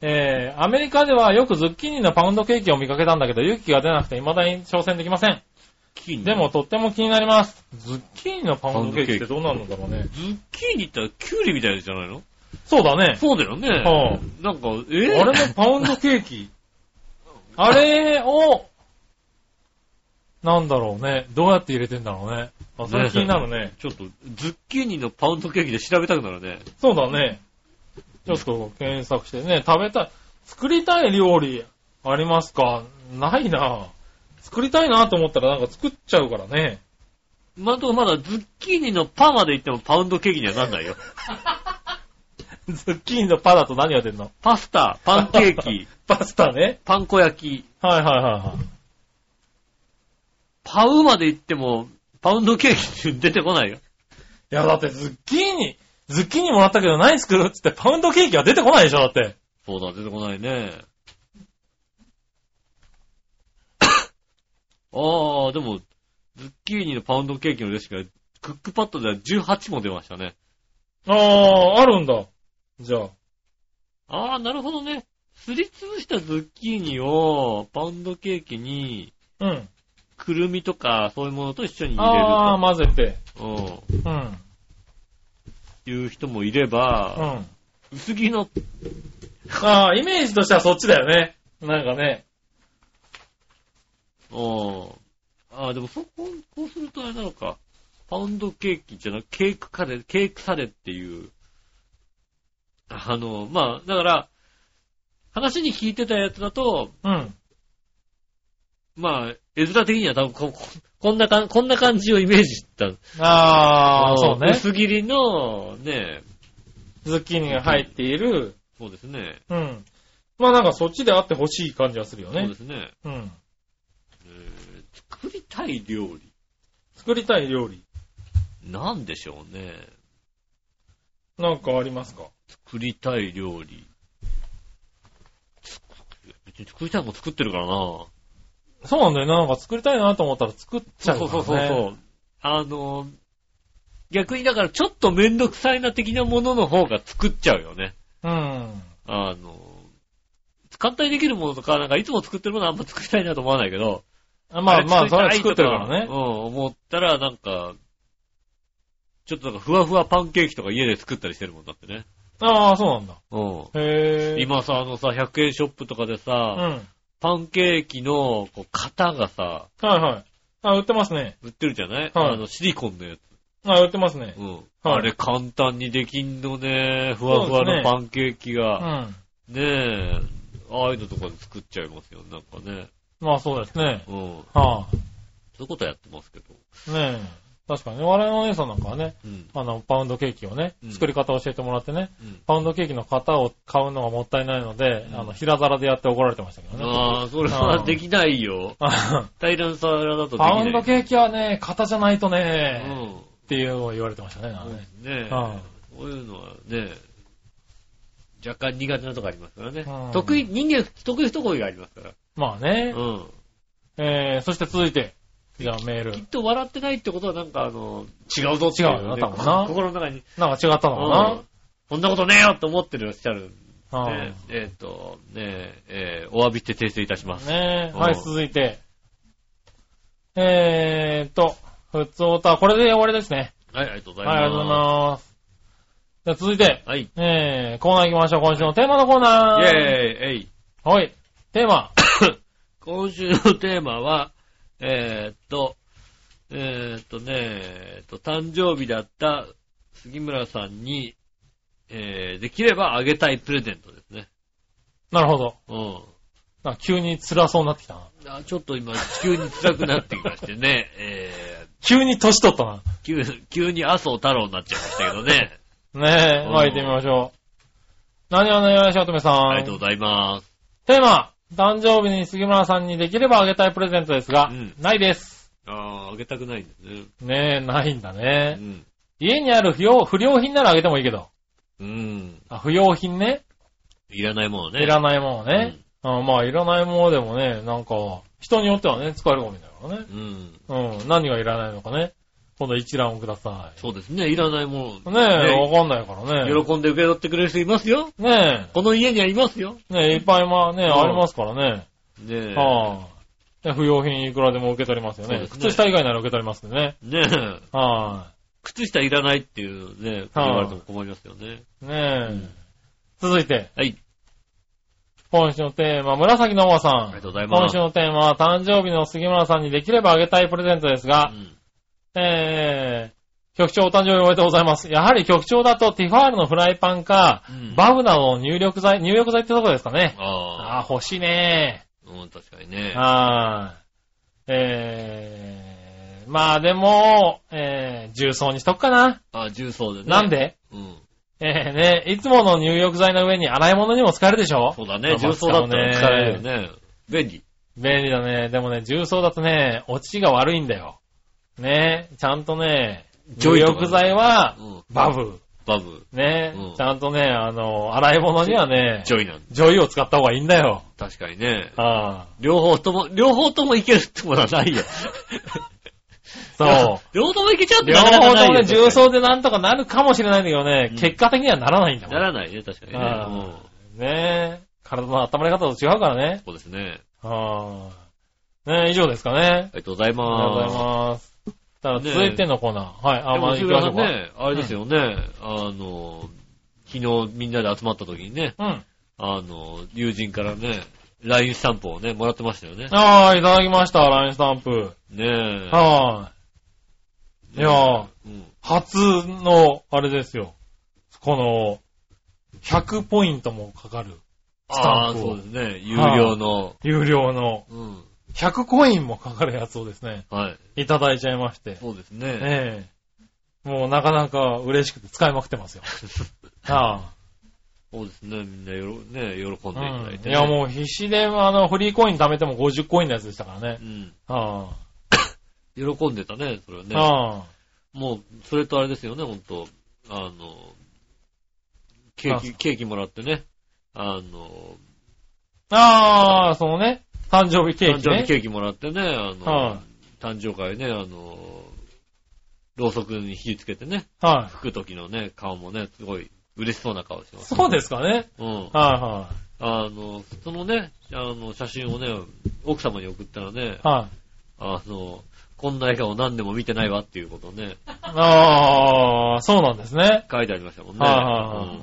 Speaker 3: えー、アメリカではよくズッキーニのパウンドケーキを見かけたんだけど、勇気が出なくて未だに挑戦できません。
Speaker 2: う、
Speaker 3: でも、とっても気になります。ズッキーニのパウンドケーキってどうなるんだろうね。
Speaker 2: ズッキーニってキュウリみたいじゃないの
Speaker 3: そうだね。
Speaker 2: そうだよね。
Speaker 3: は
Speaker 2: なんか、え
Speaker 3: あ
Speaker 2: ー、
Speaker 3: れのパウンドケーキあれを、なんだろうね。どうやって入れてんだろうね。あ、それ気になるね。
Speaker 2: *laughs* ちょっと、ズッキーニのパウンドケーキで調べたくなるね。
Speaker 3: そうだね。ちょっと検索してね、食べたい、作りたい料理ありますかないな作りたいなと思ったらなんか作っちゃうからね。
Speaker 2: まあ、でもまだズッキーニのパまで行ってもパウンドケーキにはなん *laughs* ないよ。
Speaker 3: ズッキーニのパだと何が出るの
Speaker 2: パスタ、パンケーキ、
Speaker 3: *laughs* パスタね。
Speaker 2: パン粉焼き、
Speaker 3: はいはいはいはい。
Speaker 2: パウまで行っても、パウンドケーキって出てこないよ。
Speaker 3: いやだってズッキーニ、ズッキーニもらったけど何作るっつってパウンドケーキは出てこないでしょだって。
Speaker 2: そうだ、出てこないね。 *coughs* ああ、でも、ズッキーニのパウンドケーキのレシピが、クックパッドでは18も出ましたね。
Speaker 3: ああ、あるんだ。じゃあ。
Speaker 2: ああ、なるほどね。すりつぶしたズッキーニを、パウンドケーキに、
Speaker 3: うん。
Speaker 2: くるみとか、そういうものと一緒に入れると。
Speaker 3: ああ、混ぜて。
Speaker 2: うん。
Speaker 3: うん。
Speaker 2: いう人もいれば、
Speaker 3: う
Speaker 2: 薄切りの
Speaker 3: ああ、イメージとしてはそっちだよね。なんかね。
Speaker 2: おああ、でもそう、こうこうするとあれなのか。パウンドケーキじゃなく、ケークカレー、ケークサレっていう。あの、まあ、だから、話に聞いてたやつだと、
Speaker 3: うん。
Speaker 2: まあ、絵面的には多分こ、ここんなかん、こんな感じをイメージした。
Speaker 3: ああ、
Speaker 2: の
Speaker 3: そうね。
Speaker 2: 薄切りの、ね、
Speaker 3: ズッキーニが入っている。
Speaker 2: そうですね。
Speaker 3: うん。まあなんかそっちであってほしい感じはするよ
Speaker 2: そう
Speaker 3: ね
Speaker 2: で。すね。
Speaker 3: うん。
Speaker 2: えー作りたい料理。
Speaker 3: 作りたい料理。
Speaker 2: なんでしょうね。
Speaker 3: なんかありますか
Speaker 2: 作りたい料理。作別に作りたいもん作ってるからな。
Speaker 3: そうなんだよね。なんか作りたいなと思ったら作っちゃうからね。
Speaker 2: そうそうそうそう。あの、逆にだからちょっとめんどくさいな的なものの方が作っちゃうよね。
Speaker 3: うん。
Speaker 2: あの、簡単にできるものとか、なんかいつも作ってるものはあんま作りたいなと思わないけど。
Speaker 3: あまあまあ、それは
Speaker 2: れ
Speaker 3: 作ってるから
Speaker 2: 作りたい
Speaker 3: ね
Speaker 2: と。うん、思ったらなんか、ちょっとなんかふわふわパンケーキとか家で作ったりしてるもんだってね。
Speaker 3: ああ、そうなんだ。
Speaker 2: う
Speaker 3: へ
Speaker 2: ん。
Speaker 3: え。
Speaker 2: 今さ、あのさ、100円ショップとかでさ、
Speaker 3: うん。はい
Speaker 2: パンケーキのこう型がさ、
Speaker 3: はい。あ、売ってますね。
Speaker 2: 売ってるじゃない、
Speaker 3: はい
Speaker 2: あのシリコンのやつ。
Speaker 3: あ、売ってますね。
Speaker 2: うん。
Speaker 3: はい
Speaker 2: あれ簡単にできんのね。ふわふわ
Speaker 3: そうです
Speaker 2: の
Speaker 3: ね
Speaker 2: パンケーキ
Speaker 3: う
Speaker 2: が。
Speaker 3: ん。
Speaker 2: ねえ。ああいうのとかで作っちゃいますよ。なんかね。
Speaker 3: まあそうですね。
Speaker 2: うん。
Speaker 3: は
Speaker 2: そういうことやってますけど。
Speaker 3: あ。ねえ。確かにね。我々のお姉さんなんかはね、
Speaker 2: うん。
Speaker 3: あの、パウンドケーキをね
Speaker 2: う、ん
Speaker 3: 作り方を教えてもらってね、
Speaker 2: うん。
Speaker 3: パウンドケーキの型を買うのがもったいないので、
Speaker 2: うん
Speaker 3: あの、平皿でやって怒られてましたけどね。
Speaker 2: ああ、それ
Speaker 3: あ
Speaker 2: は
Speaker 3: ー
Speaker 2: できないよ。
Speaker 3: パ
Speaker 2: 平らの皿だとできない。
Speaker 3: ウンドケーキはね、型じゃないと
Speaker 2: う
Speaker 3: ね、
Speaker 2: ん。
Speaker 3: っていうのを言われてましたね。なんかね
Speaker 2: ねえ。
Speaker 3: あ
Speaker 2: そういうのはね、若干苦手なとこありますからね
Speaker 3: う。ん
Speaker 2: 得意、人間得意不得意がありますから。
Speaker 3: まあね。
Speaker 2: うん。
Speaker 3: えー、そして続いて、じゃあメール
Speaker 2: きっ。と笑ってないってことはなんかあの、違うぞっていうね、
Speaker 3: 違うよな多分な
Speaker 2: 心の中に、
Speaker 3: なんか違ったのかな
Speaker 2: うんこんなことねえよって思ってるらっしゃるんで、
Speaker 3: はあ
Speaker 2: えっ、と、ねえ、えーお詫びして訂正いたします。
Speaker 3: ねえ。
Speaker 2: うん
Speaker 3: はい、続いて。えーっと、ふつおた、これで終わりですね。
Speaker 2: はい、ありがとうご
Speaker 3: は
Speaker 2: ざい、ま
Speaker 3: い
Speaker 2: す。
Speaker 3: ありがとうございます。じゃあ続いて、
Speaker 2: はい。
Speaker 3: えー、コーナー行きましょう。今週のテーマのコーナー。
Speaker 2: イェーイ、えい。
Speaker 3: ーイ。はい。テーマ。
Speaker 2: 今週のテーマは、えーっと、えーっとね、えーっと、誕生日だった杉村さんに、えー、できればあげたいプレゼントですね。
Speaker 3: なるほど。
Speaker 2: うん。
Speaker 3: なんか急に辛そうになってきたな。
Speaker 2: あちょっと今、急に辛くなってきましてね、 *laughs* え
Speaker 3: 急に年取ったな。
Speaker 2: ー、急急に麻生太郎になっちゃいましたけどね。
Speaker 3: ねえ、
Speaker 2: うん
Speaker 3: まあ行ってみましょう。何をね、よしおとめさん。
Speaker 2: *laughs* ありがとうございます。
Speaker 3: テーマ。誕生日に杉村さんにできればあげたいプレゼントですが、
Speaker 2: うん
Speaker 3: ないです。
Speaker 2: ああ、あげたくないんですね。
Speaker 3: ねえ、ないんだ
Speaker 2: う
Speaker 3: ね。
Speaker 2: ん。
Speaker 3: 家にある不要、不良品ならあげてもいいけど。
Speaker 2: うん。
Speaker 3: あ、不要品ね。
Speaker 2: いらないものね。
Speaker 3: いらないものね。あまあ、いらないものでもね、なんか、人によってはね、使えるかもしれないか
Speaker 2: うん。
Speaker 3: らね。うん。何がいらないのかね。今度一覧をくださ
Speaker 2: そうですね、いらないも
Speaker 3: い。
Speaker 2: の。
Speaker 3: ねえ、わかんないからね。
Speaker 2: 喜んで受け取ってくれる人いますよ。
Speaker 3: ね
Speaker 2: この家にはいますよ。
Speaker 3: え、ねえ、いっぱいまあね、
Speaker 2: ん
Speaker 3: ありますからね。
Speaker 2: ねえ。
Speaker 3: はい、ね不要品いくらでも受け取りますよ
Speaker 2: そう
Speaker 3: ね。
Speaker 2: ですね
Speaker 3: 靴下以外なら受け取りますんでね。
Speaker 2: ねえ。
Speaker 3: は
Speaker 2: 靴下いらないっていうね、こと言われても困りますよね。
Speaker 3: い、ねえ、
Speaker 2: うん
Speaker 3: 続いて、
Speaker 2: はい。
Speaker 3: 今週のテーマ、紫のおばさん。
Speaker 2: ありがとうございま
Speaker 3: 今
Speaker 2: す。
Speaker 3: 週のテーマは、誕生日の杉村さんにできればあげたいプレゼントですが
Speaker 2: う、ん
Speaker 3: えー、局長お誕生日おめでとうございます。やはり局長だとティファールのフライパンか、
Speaker 2: うん
Speaker 3: バブなどの入力剤、入力剤ってとこですかね。
Speaker 2: あ
Speaker 3: あー、欲しいね
Speaker 2: あ、うん、確かにね。
Speaker 3: はーい。えー、まあでも、えー、重曹にしとくかな。
Speaker 2: ああ、重曹でね。
Speaker 3: なんで
Speaker 2: うん。
Speaker 3: えー、ね、いつもの入浴剤の上に洗い物にも使えるでしょ
Speaker 2: そうだね、重曹だったら使えるよね。便利。
Speaker 3: 便利だね。でもね、重曹だとね、落ちが悪いんだよ。ね、ちゃんとね、
Speaker 2: ジョ
Speaker 3: 入
Speaker 2: イとかね
Speaker 3: 浴剤は
Speaker 2: うん、
Speaker 3: バブ。
Speaker 2: バブ、
Speaker 3: ね、
Speaker 2: うん
Speaker 3: ちゃんとね、あの、洗い物にはね、
Speaker 2: ジョイなんで。
Speaker 3: 女優を使った方がいいんだよ。
Speaker 2: 確かにね。
Speaker 3: ああ、
Speaker 2: 両方とも、両方ともいけるってものはないよ。
Speaker 3: そう。
Speaker 2: 両方ともいけちゃうって
Speaker 3: 両
Speaker 2: *laughs* なかなか
Speaker 3: 方
Speaker 2: ない
Speaker 3: と
Speaker 2: よ
Speaker 3: もね、重曹でなんとかなるかもしれないんだけどね、
Speaker 2: うん
Speaker 3: 結果的にはならないんだもん。
Speaker 2: ならないね、確かにね。
Speaker 3: ああ
Speaker 2: うん
Speaker 3: ねえ。体の温まり方と違うからね。
Speaker 2: そうですね。
Speaker 3: はあ。ねえ、以上ですかね。
Speaker 2: ありがとうござい
Speaker 3: ありがとうござい
Speaker 2: ま
Speaker 3: ます。ただ
Speaker 2: ねえ
Speaker 3: 続いてのコーナー。はい、
Speaker 2: す。
Speaker 3: あ、まあ、
Speaker 2: で
Speaker 3: 行き
Speaker 2: も、
Speaker 3: ま
Speaker 2: 杉村
Speaker 3: しょう
Speaker 2: さん
Speaker 3: か。
Speaker 2: ね、あれですよね。あの、昨日みんなで集まった時にね、
Speaker 3: うん。
Speaker 2: あの、友人からね、LINE スタンプをね、もらってましたよね。
Speaker 3: ああ、いただきました、ラインスタンプ。
Speaker 2: ねえ。
Speaker 3: はい。いやー、
Speaker 2: うん。
Speaker 3: 初の、あれですよ。この、100ポイントもかかる。ス
Speaker 2: あ
Speaker 3: タ
Speaker 2: あ、
Speaker 3: ンプ
Speaker 2: そ
Speaker 3: を
Speaker 2: うですね。有料の。
Speaker 3: 有料の、
Speaker 2: うん。
Speaker 3: 100コインもかかるやつをですね、
Speaker 2: はい。
Speaker 3: いただいちゃいまして。
Speaker 2: そうですね。
Speaker 3: ええもうなかなか嬉しくて使いまくって *laughs* ますよ。は
Speaker 2: そうですね。みんなよろ、ね、喜んでいた
Speaker 3: あ
Speaker 2: だいて、
Speaker 3: い
Speaker 2: ね
Speaker 3: や、もう必死で、あの、フリーコイン貯めても50コインのやつでしたからね。
Speaker 2: うん。
Speaker 3: は
Speaker 2: 喜んでたね、それは
Speaker 3: あ、
Speaker 2: ね。
Speaker 3: はあ、
Speaker 2: もう、それとあれですよね、ほんと。あの、ケー
Speaker 3: なんす
Speaker 2: キ、ケーキもらってね。あの、
Speaker 3: ああ、そのね、誕生日ケー
Speaker 2: 誕
Speaker 3: キ
Speaker 2: 生
Speaker 3: ね
Speaker 2: 日。ケーキもらってね、あの、
Speaker 3: は
Speaker 2: 誕生会ね、あの、ろうそくに火つけてね、
Speaker 3: はい。
Speaker 2: 吹く時のね、顔もね、すごい嬉しそうな顔してます。
Speaker 3: そうですかね。
Speaker 2: うん。
Speaker 3: は
Speaker 2: あの、そのね、あの、写真をね、奥様に送ったらね
Speaker 3: い、はい。はい。
Speaker 2: あの、こんな笑顔何でも見てないわっていうことをね、
Speaker 3: ああ、そうなんですね。
Speaker 2: 書いてありましたもんね。
Speaker 3: はいはいはい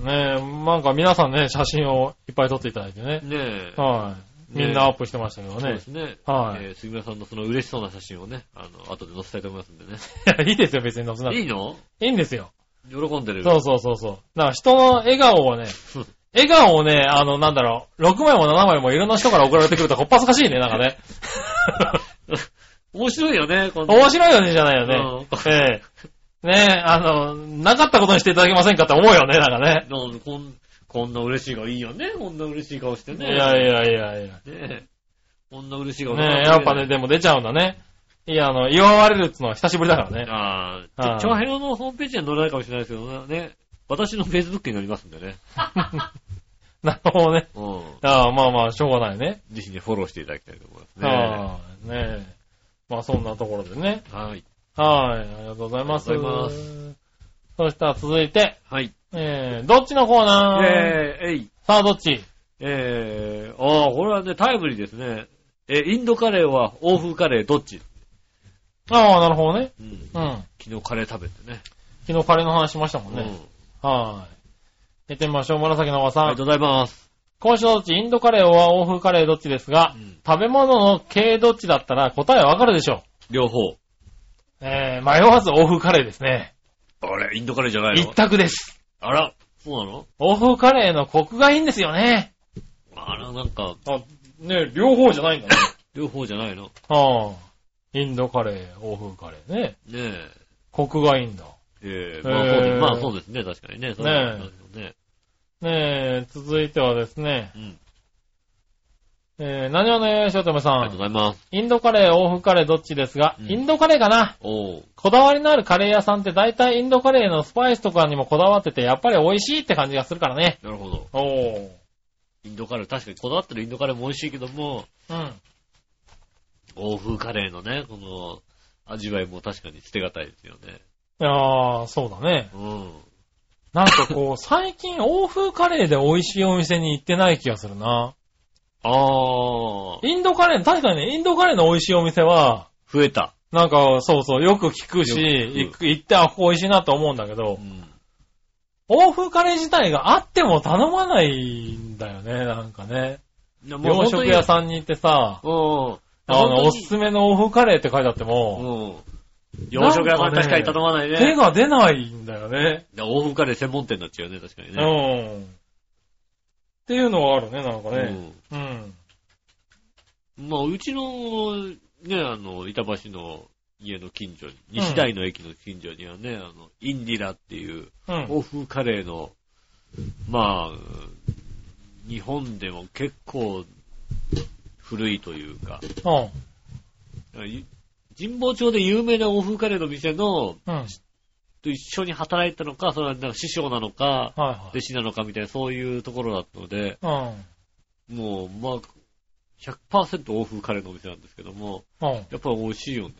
Speaker 3: ねえ、なんか皆さんね、写真をいっぱい撮っていただいてね
Speaker 2: う。んねえ。
Speaker 3: はい。みんなアップしてましたけど
Speaker 2: そうで
Speaker 3: ね
Speaker 2: す。ね。
Speaker 3: はい
Speaker 2: えー杉村さんのその嬉しそうな写真をね、あの、後で載せたいと思いますんでね。
Speaker 3: いやいいですよ、別に載せなくて。
Speaker 2: いいの
Speaker 3: いいんですよ。
Speaker 2: 喜んでる。
Speaker 3: そうそうそうそう。だから人の笑顔をね、笑顔をね、あの、なんだろう、6枚も7枚もいろんな人から送られてくるとこっぱずかしいね、なんかね。
Speaker 2: 面白いよね、こんな
Speaker 3: 面白いよね、じゃないよね。ええねえ、あの、なかったことにしていただけませんかって思うよね、なんかね。
Speaker 2: なん *laughs* こん、こんな嬉しい顔、いいよね、こんな嬉しい顔して
Speaker 3: い
Speaker 2: ね。
Speaker 3: やい
Speaker 2: ね
Speaker 3: やいやいや。
Speaker 2: え。こんな嬉しい顔
Speaker 3: ねえ、やっぱね、。でも出ちゃうんだね。いや、あの、祝われるっつのは久しぶりだからね。
Speaker 2: あ
Speaker 3: は
Speaker 2: あ、
Speaker 3: い
Speaker 2: 長編のホームページには載らないかもしれないですけどね、私の Facebook に載りますんでね。
Speaker 3: なるほどね。
Speaker 2: うん。
Speaker 3: ああ、まあまあ、しょうがないね。
Speaker 2: ぜひね、フォローしていただきたいと思いますね。
Speaker 3: ああ、ねえ。まあ、そんなところでね。
Speaker 2: はい。
Speaker 3: はい、ありがとうございます。
Speaker 2: ありがとうござい
Speaker 3: そしたら続いて、
Speaker 2: はい。
Speaker 3: えー、どっちのコー
Speaker 2: え
Speaker 3: ナー
Speaker 2: ー、えい。
Speaker 3: さあ、どっち
Speaker 2: えー、ああ、これはね、タイムリーですね。え、インドカレーは欧風カレーどっち
Speaker 3: ああ、なるほどね。
Speaker 2: うん。
Speaker 3: うん。
Speaker 2: 昨日カレー食べてね。
Speaker 3: 昨日カレーの話しましたもん
Speaker 2: うん。あ
Speaker 3: ね。はーい。行ってみましょう。紫のおばさ
Speaker 2: りが
Speaker 3: ん。
Speaker 2: とうございます。
Speaker 3: 今週のどっちインドカレーは欧風カレーどっちですが、
Speaker 2: うん
Speaker 3: 食べ物の系どっちだったら答えわかるでしょ
Speaker 2: 両方。
Speaker 3: う。えー、迷わず欧風カレーですね。
Speaker 2: あれ、インドカレーじゃない
Speaker 3: 一
Speaker 2: の
Speaker 3: 択です。
Speaker 2: あら、そうなの
Speaker 3: 欧風カレーのコクがいいんですよね。
Speaker 2: あら、なんか、
Speaker 3: あ、ね両方じゃないんだね。
Speaker 2: 両方じゃないの
Speaker 3: は *laughs* あ。インドカレー、欧風カレーね。
Speaker 2: ね
Speaker 3: コクがいいんだ。
Speaker 2: え。ええまあそう
Speaker 3: え
Speaker 2: で
Speaker 3: ー
Speaker 2: まあそうですね、確かにね。そうなんですよね
Speaker 3: ねえ、続いてはですね、
Speaker 2: うん。
Speaker 3: えー、何をね、しおとめさ
Speaker 2: ありがとうんご。ざいます。
Speaker 3: インドカレー、欧風カレーどっちですが、
Speaker 2: うん
Speaker 3: インドカレーかな。
Speaker 2: おう。
Speaker 3: こだわりのあるカレー屋さんって大体インドカレーのスパイスとかにもこだわってて、やっぱり美味しいって感じがするからね。
Speaker 2: なるほど。
Speaker 3: おー。
Speaker 2: インドカレー、確かにこだわってるインドカレーも美味しいけども、
Speaker 3: うん。
Speaker 2: 欧風カレーのね、この、味わいも確かに捨てがたいですよね。
Speaker 3: あー、そうだね。
Speaker 2: うん。
Speaker 3: なんか
Speaker 2: *laughs*
Speaker 3: こう、最近欧風カレーで美味しいお店に行ってない気がするな。
Speaker 2: あー、
Speaker 3: インドカレー、確かにね、インドカレーの美味しいお店は、
Speaker 2: 増えた。
Speaker 3: なんか、そうそう、よく聞くし、
Speaker 2: よ
Speaker 3: 行
Speaker 2: く聞
Speaker 3: く行って、あ、ここ美味しいなと思うんだけど、
Speaker 2: うん。
Speaker 3: 欧風カレー自体があっても頼まないんだよね、なんかね。
Speaker 2: いやもう
Speaker 3: 洋
Speaker 2: 本当
Speaker 3: 食
Speaker 2: に
Speaker 3: 屋さんに行ってさ、
Speaker 2: うん。
Speaker 3: あの、おす
Speaker 2: す
Speaker 3: すめの欧風カレーって書いてあっても、
Speaker 2: うん。洋食屋さん確かに頼まない
Speaker 3: 手
Speaker 2: ね。
Speaker 3: が出ないんだよね。
Speaker 2: いや欧風カレー専門店になっちゃうよね、確かに
Speaker 3: う
Speaker 2: ね。
Speaker 3: ん。っていうのはあるね、なんかね。うん。
Speaker 2: まあ、うちの、ね、あの、板橋の家の近所に、西台の駅の近所にはね、あの、インディラっていう、
Speaker 3: うん。
Speaker 2: 欧風カレーの、まあ、日本でも結構古いというか、
Speaker 3: うん。
Speaker 2: い神保町で有名な欧風カレーの店の、
Speaker 3: うん。はい
Speaker 2: と一緒に働いたのか、それはなんか師匠なのか、
Speaker 3: はい。
Speaker 2: 弟子なのかみたいな、そういうところだったので、
Speaker 3: うん。
Speaker 2: もう、まあ、100%欧風カレーのお店なんですけども、
Speaker 3: うん。
Speaker 2: やっぱり美味しいよね。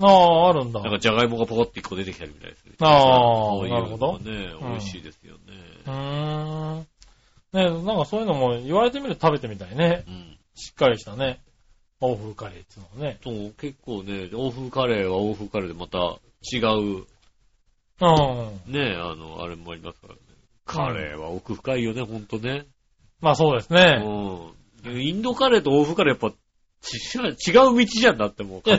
Speaker 3: ああ、あるんだ
Speaker 2: なん。かじゃがいもがポコって1個出てきたりみたいですね。
Speaker 3: ああ、
Speaker 2: そういう
Speaker 3: なるほ
Speaker 2: の
Speaker 3: ど
Speaker 2: が。ね、
Speaker 3: うん
Speaker 2: 美味しいですよね。
Speaker 3: うーん。ねなんかそういうのも言われてみると食べてみたいね。
Speaker 2: うん。
Speaker 3: しっかりしたね。欧風カレーっていうのはね。
Speaker 2: そう、結構ね、欧風カレーは欧風カレーでまた違う、
Speaker 3: うん。
Speaker 2: ね、あの、あれもありますからね。カレーは奥深いよね、ほんとね。
Speaker 3: まあそうです
Speaker 2: う
Speaker 3: ね。
Speaker 2: ん。インドカレーと欧風カレーやっぱち違う違う道じゃんだってもう。
Speaker 3: い
Speaker 2: う。
Speaker 3: や、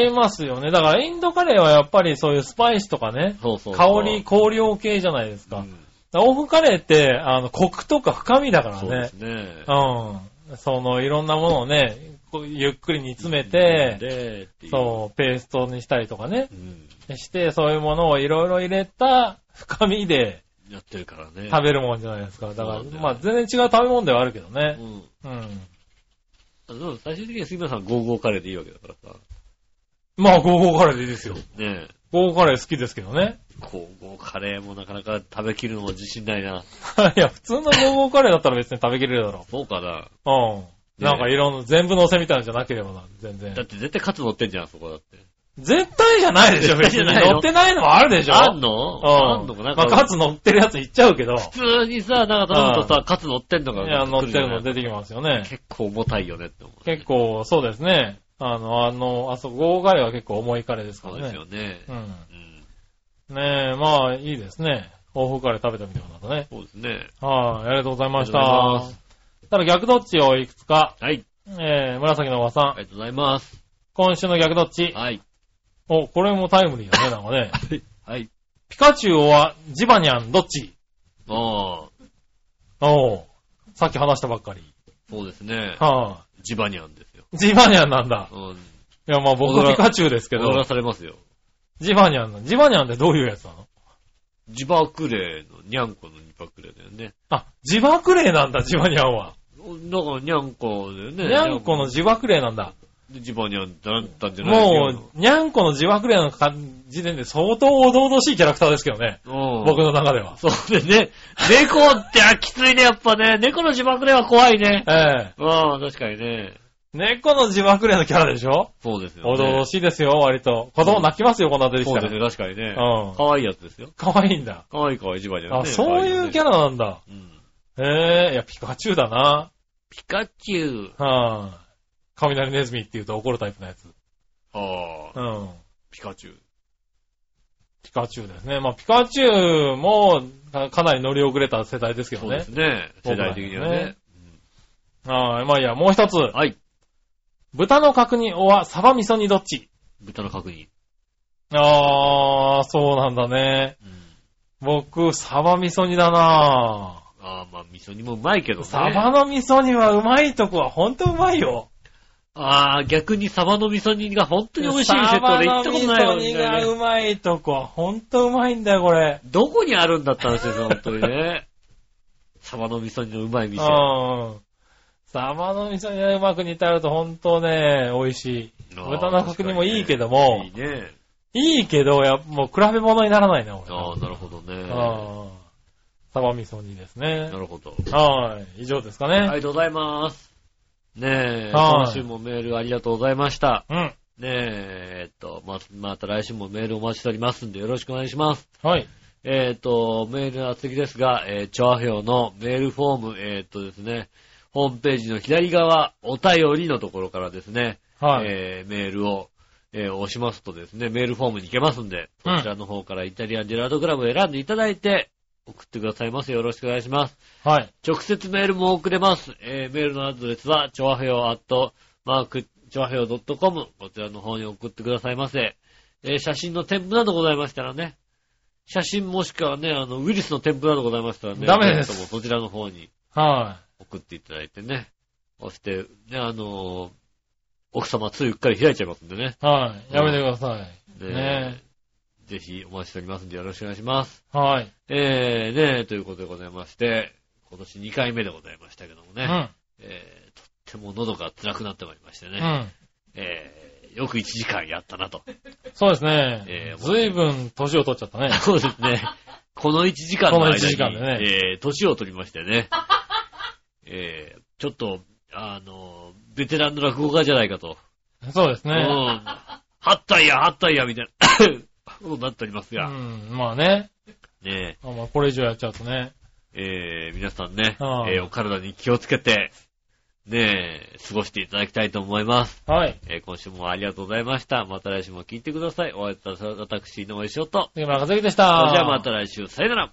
Speaker 3: 違いますよね。だから、インドカレーはやっぱりそういうスパイスとかね、
Speaker 2: そうそう
Speaker 3: 香
Speaker 2: そう
Speaker 3: り、、香料系じゃないです
Speaker 2: う
Speaker 3: か。
Speaker 2: ん
Speaker 3: だからオフカレーって、あの、コクとか深みだから
Speaker 2: そうで
Speaker 3: ね
Speaker 2: す。ね。
Speaker 3: うん。その、いろんなものをね、こうゆっくり煮詰めて、
Speaker 2: で、っていう
Speaker 3: そう、ペーストにしたりとかね。
Speaker 2: うん。
Speaker 3: して、そういうものをいろいろ入れた深みで
Speaker 2: やってるからね。
Speaker 3: 食べるもんじゃないですか。だから
Speaker 2: そうだ、ね
Speaker 3: まあ全然違う食べ物ではあるけどね
Speaker 2: う。ん。
Speaker 3: うん。
Speaker 2: あでも最終的には杉村さんゴーゴーカレーでいいわけだからさ。
Speaker 3: まあ、ゴーゴーカレーでいいですよ。
Speaker 2: ねえ。
Speaker 3: ゴーゴーカレー好きですけどね。 *laughs*
Speaker 2: ゴーゴーカレーもなかなか食べきるのも自信ないな。
Speaker 3: いや、普通のゴーゴーカレーだったら別に食べきれるだろ
Speaker 2: そうかな。
Speaker 3: う。うん。なんかいろんな、全部乗せみたいなのじゃなければな、全然
Speaker 2: だっ。て絶対カツ乗ってんじゃん、そこだって。
Speaker 3: 絶対じゃないでしょ、別に。
Speaker 2: 絶対じゃないよ
Speaker 3: 乗ってないのもあるでしょ。
Speaker 2: あんの
Speaker 3: の
Speaker 2: あ
Speaker 3: うんん
Speaker 2: のかな。ん
Speaker 3: まあ、
Speaker 2: か
Speaker 3: カツ乗ってるやついっちゃうけど。い
Speaker 2: 普通にさ、なんか頼むとさ、カツ乗ってんのか
Speaker 3: や、乗ってるの
Speaker 2: で。
Speaker 3: 出てきますよね。
Speaker 2: 結構重たいよねって思う。
Speaker 3: 結構、そうですね。あの、あの、あそこ、ゴーカレーは結構重いカレーですか
Speaker 2: そう
Speaker 3: ら
Speaker 2: です
Speaker 3: ね。
Speaker 2: よね。
Speaker 3: うん。
Speaker 2: うん。
Speaker 3: ねえ、まあ、いいですね。欧風カレー食べたみたいなことね。
Speaker 2: そうですね。
Speaker 3: はい、ありがとうございまし
Speaker 2: ありがとうござ
Speaker 3: た
Speaker 2: いま。
Speaker 3: ただ逆どっちをいくつか、
Speaker 2: はい。
Speaker 3: えー、紫のおばさん、
Speaker 2: ありがとうございます。
Speaker 3: 今週の逆どっち。
Speaker 2: はい。
Speaker 3: お、これもタイムリーだね、なんかね。
Speaker 2: はい。
Speaker 3: ピカチュウはジバニャンどっち
Speaker 2: ああ、
Speaker 3: おうさっき話したばっかり。
Speaker 2: そうですね。
Speaker 3: は
Speaker 2: ジバニャンですよ。
Speaker 3: い、ジバニャンなんだ。
Speaker 2: うん。
Speaker 3: いや、まあ僕は
Speaker 2: 踊ら
Speaker 3: ピカチュウですけ
Speaker 2: 踊ら
Speaker 3: ど、
Speaker 2: されますよ。
Speaker 3: ジバニャンの、ジバニャンってどういうやつなの
Speaker 2: ジバクレーの、ニャンコのジバクレーだよね。
Speaker 3: あ、ジバクレーなんだ、ジバニャンは。
Speaker 2: だから、ニャンコだよね。
Speaker 3: ニャンコのジバクレーなんだ。
Speaker 2: でジバニャンってなったんじゃない
Speaker 3: もう、にゃんこの自爆霊の感じでね、相当おどおどしいキャラクターですけどね。
Speaker 2: も
Speaker 3: 僕の中では。
Speaker 2: そうでね。猫って、あ、きついね、やっぱね。猫の自爆霊は怖いね。
Speaker 3: ええ
Speaker 2: うん、確かにね。
Speaker 3: 猫の自爆霊のキャラでしょ
Speaker 2: そうですよね。
Speaker 3: おどおどしいですよ、割と。子供泣きますよ、こんな出てき
Speaker 2: そ
Speaker 3: た
Speaker 2: うですね、
Speaker 3: ら。
Speaker 2: 確かにね。
Speaker 3: うん
Speaker 2: 可愛いやつですよ。
Speaker 3: かわいいんだ。
Speaker 2: 可愛い可愛いジバニャンね。
Speaker 3: あ、そういうキャラなんだ。
Speaker 2: 可愛いよね。うん。
Speaker 3: へえ、いや、ピカチュウだな。
Speaker 2: ピカチュウ。
Speaker 3: はぁ。雷ネズミって言うと怒るタイプのやつ。
Speaker 2: ああ、
Speaker 3: うん。
Speaker 2: ピカチュウ。
Speaker 3: ピカチュウですね。まあ、ピカチュウもかかなり乗り遅れた世代ですけ
Speaker 2: そ
Speaker 3: ど
Speaker 2: うで
Speaker 3: ね
Speaker 2: す。ね。世代的には
Speaker 3: 僕らの
Speaker 2: ね
Speaker 3: ね。はい。まあ、いいや、もう一つ。
Speaker 2: はい。
Speaker 3: 豚の角煮おはサバ味噌煮どっち
Speaker 2: 豚の角煮。
Speaker 3: あー、そうなんだね。
Speaker 2: うん
Speaker 3: 僕、サバ味噌煮だな
Speaker 2: ああ、まあ、味噌煮もうまいけどね。
Speaker 3: サバの味噌煮はうまいとこはほんとうまいよ。
Speaker 2: ああ、逆にサバの味噌煮が本当に美味しい店
Speaker 3: サ
Speaker 2: とか
Speaker 3: バ
Speaker 2: で行
Speaker 3: の
Speaker 2: った
Speaker 3: 味
Speaker 2: ことないわ
Speaker 3: 噌
Speaker 2: み
Speaker 3: 煮
Speaker 2: たいなね
Speaker 3: がうまいとこはほんとうまいんだよ、これ。
Speaker 2: どこにあるんだったんですよ、本当に
Speaker 3: *laughs*
Speaker 2: ね。サバの味噌煮のうまい
Speaker 3: うん。
Speaker 2: 店。あ
Speaker 3: サバの味噌煮がうまく煮てあるとほんとね、美味しい。
Speaker 2: ー
Speaker 3: 豚の角煮もいいけども、
Speaker 2: いいね。
Speaker 3: いいけど、やっぱもう比べ物にならないな、俺。
Speaker 2: ああ、なるほどね。
Speaker 3: うんサバ味噌煮ですね
Speaker 2: な。るほど。
Speaker 3: はい。以上ですかね。
Speaker 2: ありがとうございます。ねえ、
Speaker 3: はい
Speaker 2: 今週もメールありがとうございました。
Speaker 3: うん。
Speaker 2: ねえ、えっと、ま、また来週もメールお待ちしておりますんでよろしくお願いします。
Speaker 3: はい。
Speaker 2: えっ、と、メールの厚木ですが、えー、調和表のメールフォーム、えっ、とですね、ホームページの左側、お便りのところからですね、
Speaker 3: はい。
Speaker 2: えーメールを、えー押しますとですね、メールフォームに行けますんで、
Speaker 3: うん
Speaker 2: こちらの方からイタリアンジェラートクラブを選んでいただいて、送ってくださいます。よろしくお願いします。
Speaker 3: はい。
Speaker 2: 直接メールも送れます。えーメールのアドレスは、ちょわへよ、アット、マーク、ちょわへよ .com、こちらの方に送ってくださいませ。えー写真の添付などございましたらね、写真もしくはね、あの、ウイルスの添付などございましたらね、
Speaker 3: ダメで
Speaker 2: ぜ
Speaker 3: す
Speaker 2: ひともそちらの方に
Speaker 3: は
Speaker 2: 送っていただいてね、そして、ね、あのー奥様ついうっかり開いちゃいますんでね。
Speaker 3: い。はい。やめてください。
Speaker 2: ね
Speaker 3: ね
Speaker 2: ぜひお待ちしておりますんでよろしくお願いします。
Speaker 3: え。はい。
Speaker 2: えー、ねということでございまして、今年2回目でございましたけどもね。
Speaker 3: うん。
Speaker 2: えーとっても喉が辛くなってまいりましてね、
Speaker 3: うん。
Speaker 2: えーよく1時間やったなと。 *laughs*
Speaker 3: そうです
Speaker 2: え
Speaker 3: ね
Speaker 2: ー。。
Speaker 3: ずいぶん年を取っちゃったね
Speaker 2: そうですね。この1時間の
Speaker 3: この
Speaker 2: 間
Speaker 3: 1
Speaker 2: に、
Speaker 3: 時間でね
Speaker 2: えー年を取りまして
Speaker 3: *laughs*
Speaker 2: ね、えーちょっと、あの、ベテランの落語家じゃないかと。
Speaker 3: そうです
Speaker 2: う
Speaker 3: ね。
Speaker 2: ん。はったいや、はったいや、みたいな、 *laughs* ことになっております
Speaker 3: う
Speaker 2: が、
Speaker 3: ん。まあね。
Speaker 2: ね
Speaker 3: あまあこれ以上やっちゃうとね。
Speaker 2: えー皆さんね、
Speaker 3: うん
Speaker 2: えーお体に気をつけて、ねえ、過ごしていただきたいと思います。
Speaker 3: はい。
Speaker 2: えー今週もありがとうございました。また来週も聞いてください。お会いいたしましょう私、井上翔と。
Speaker 3: 杉村和之でした。
Speaker 2: それじゃあまた来週、さよなら。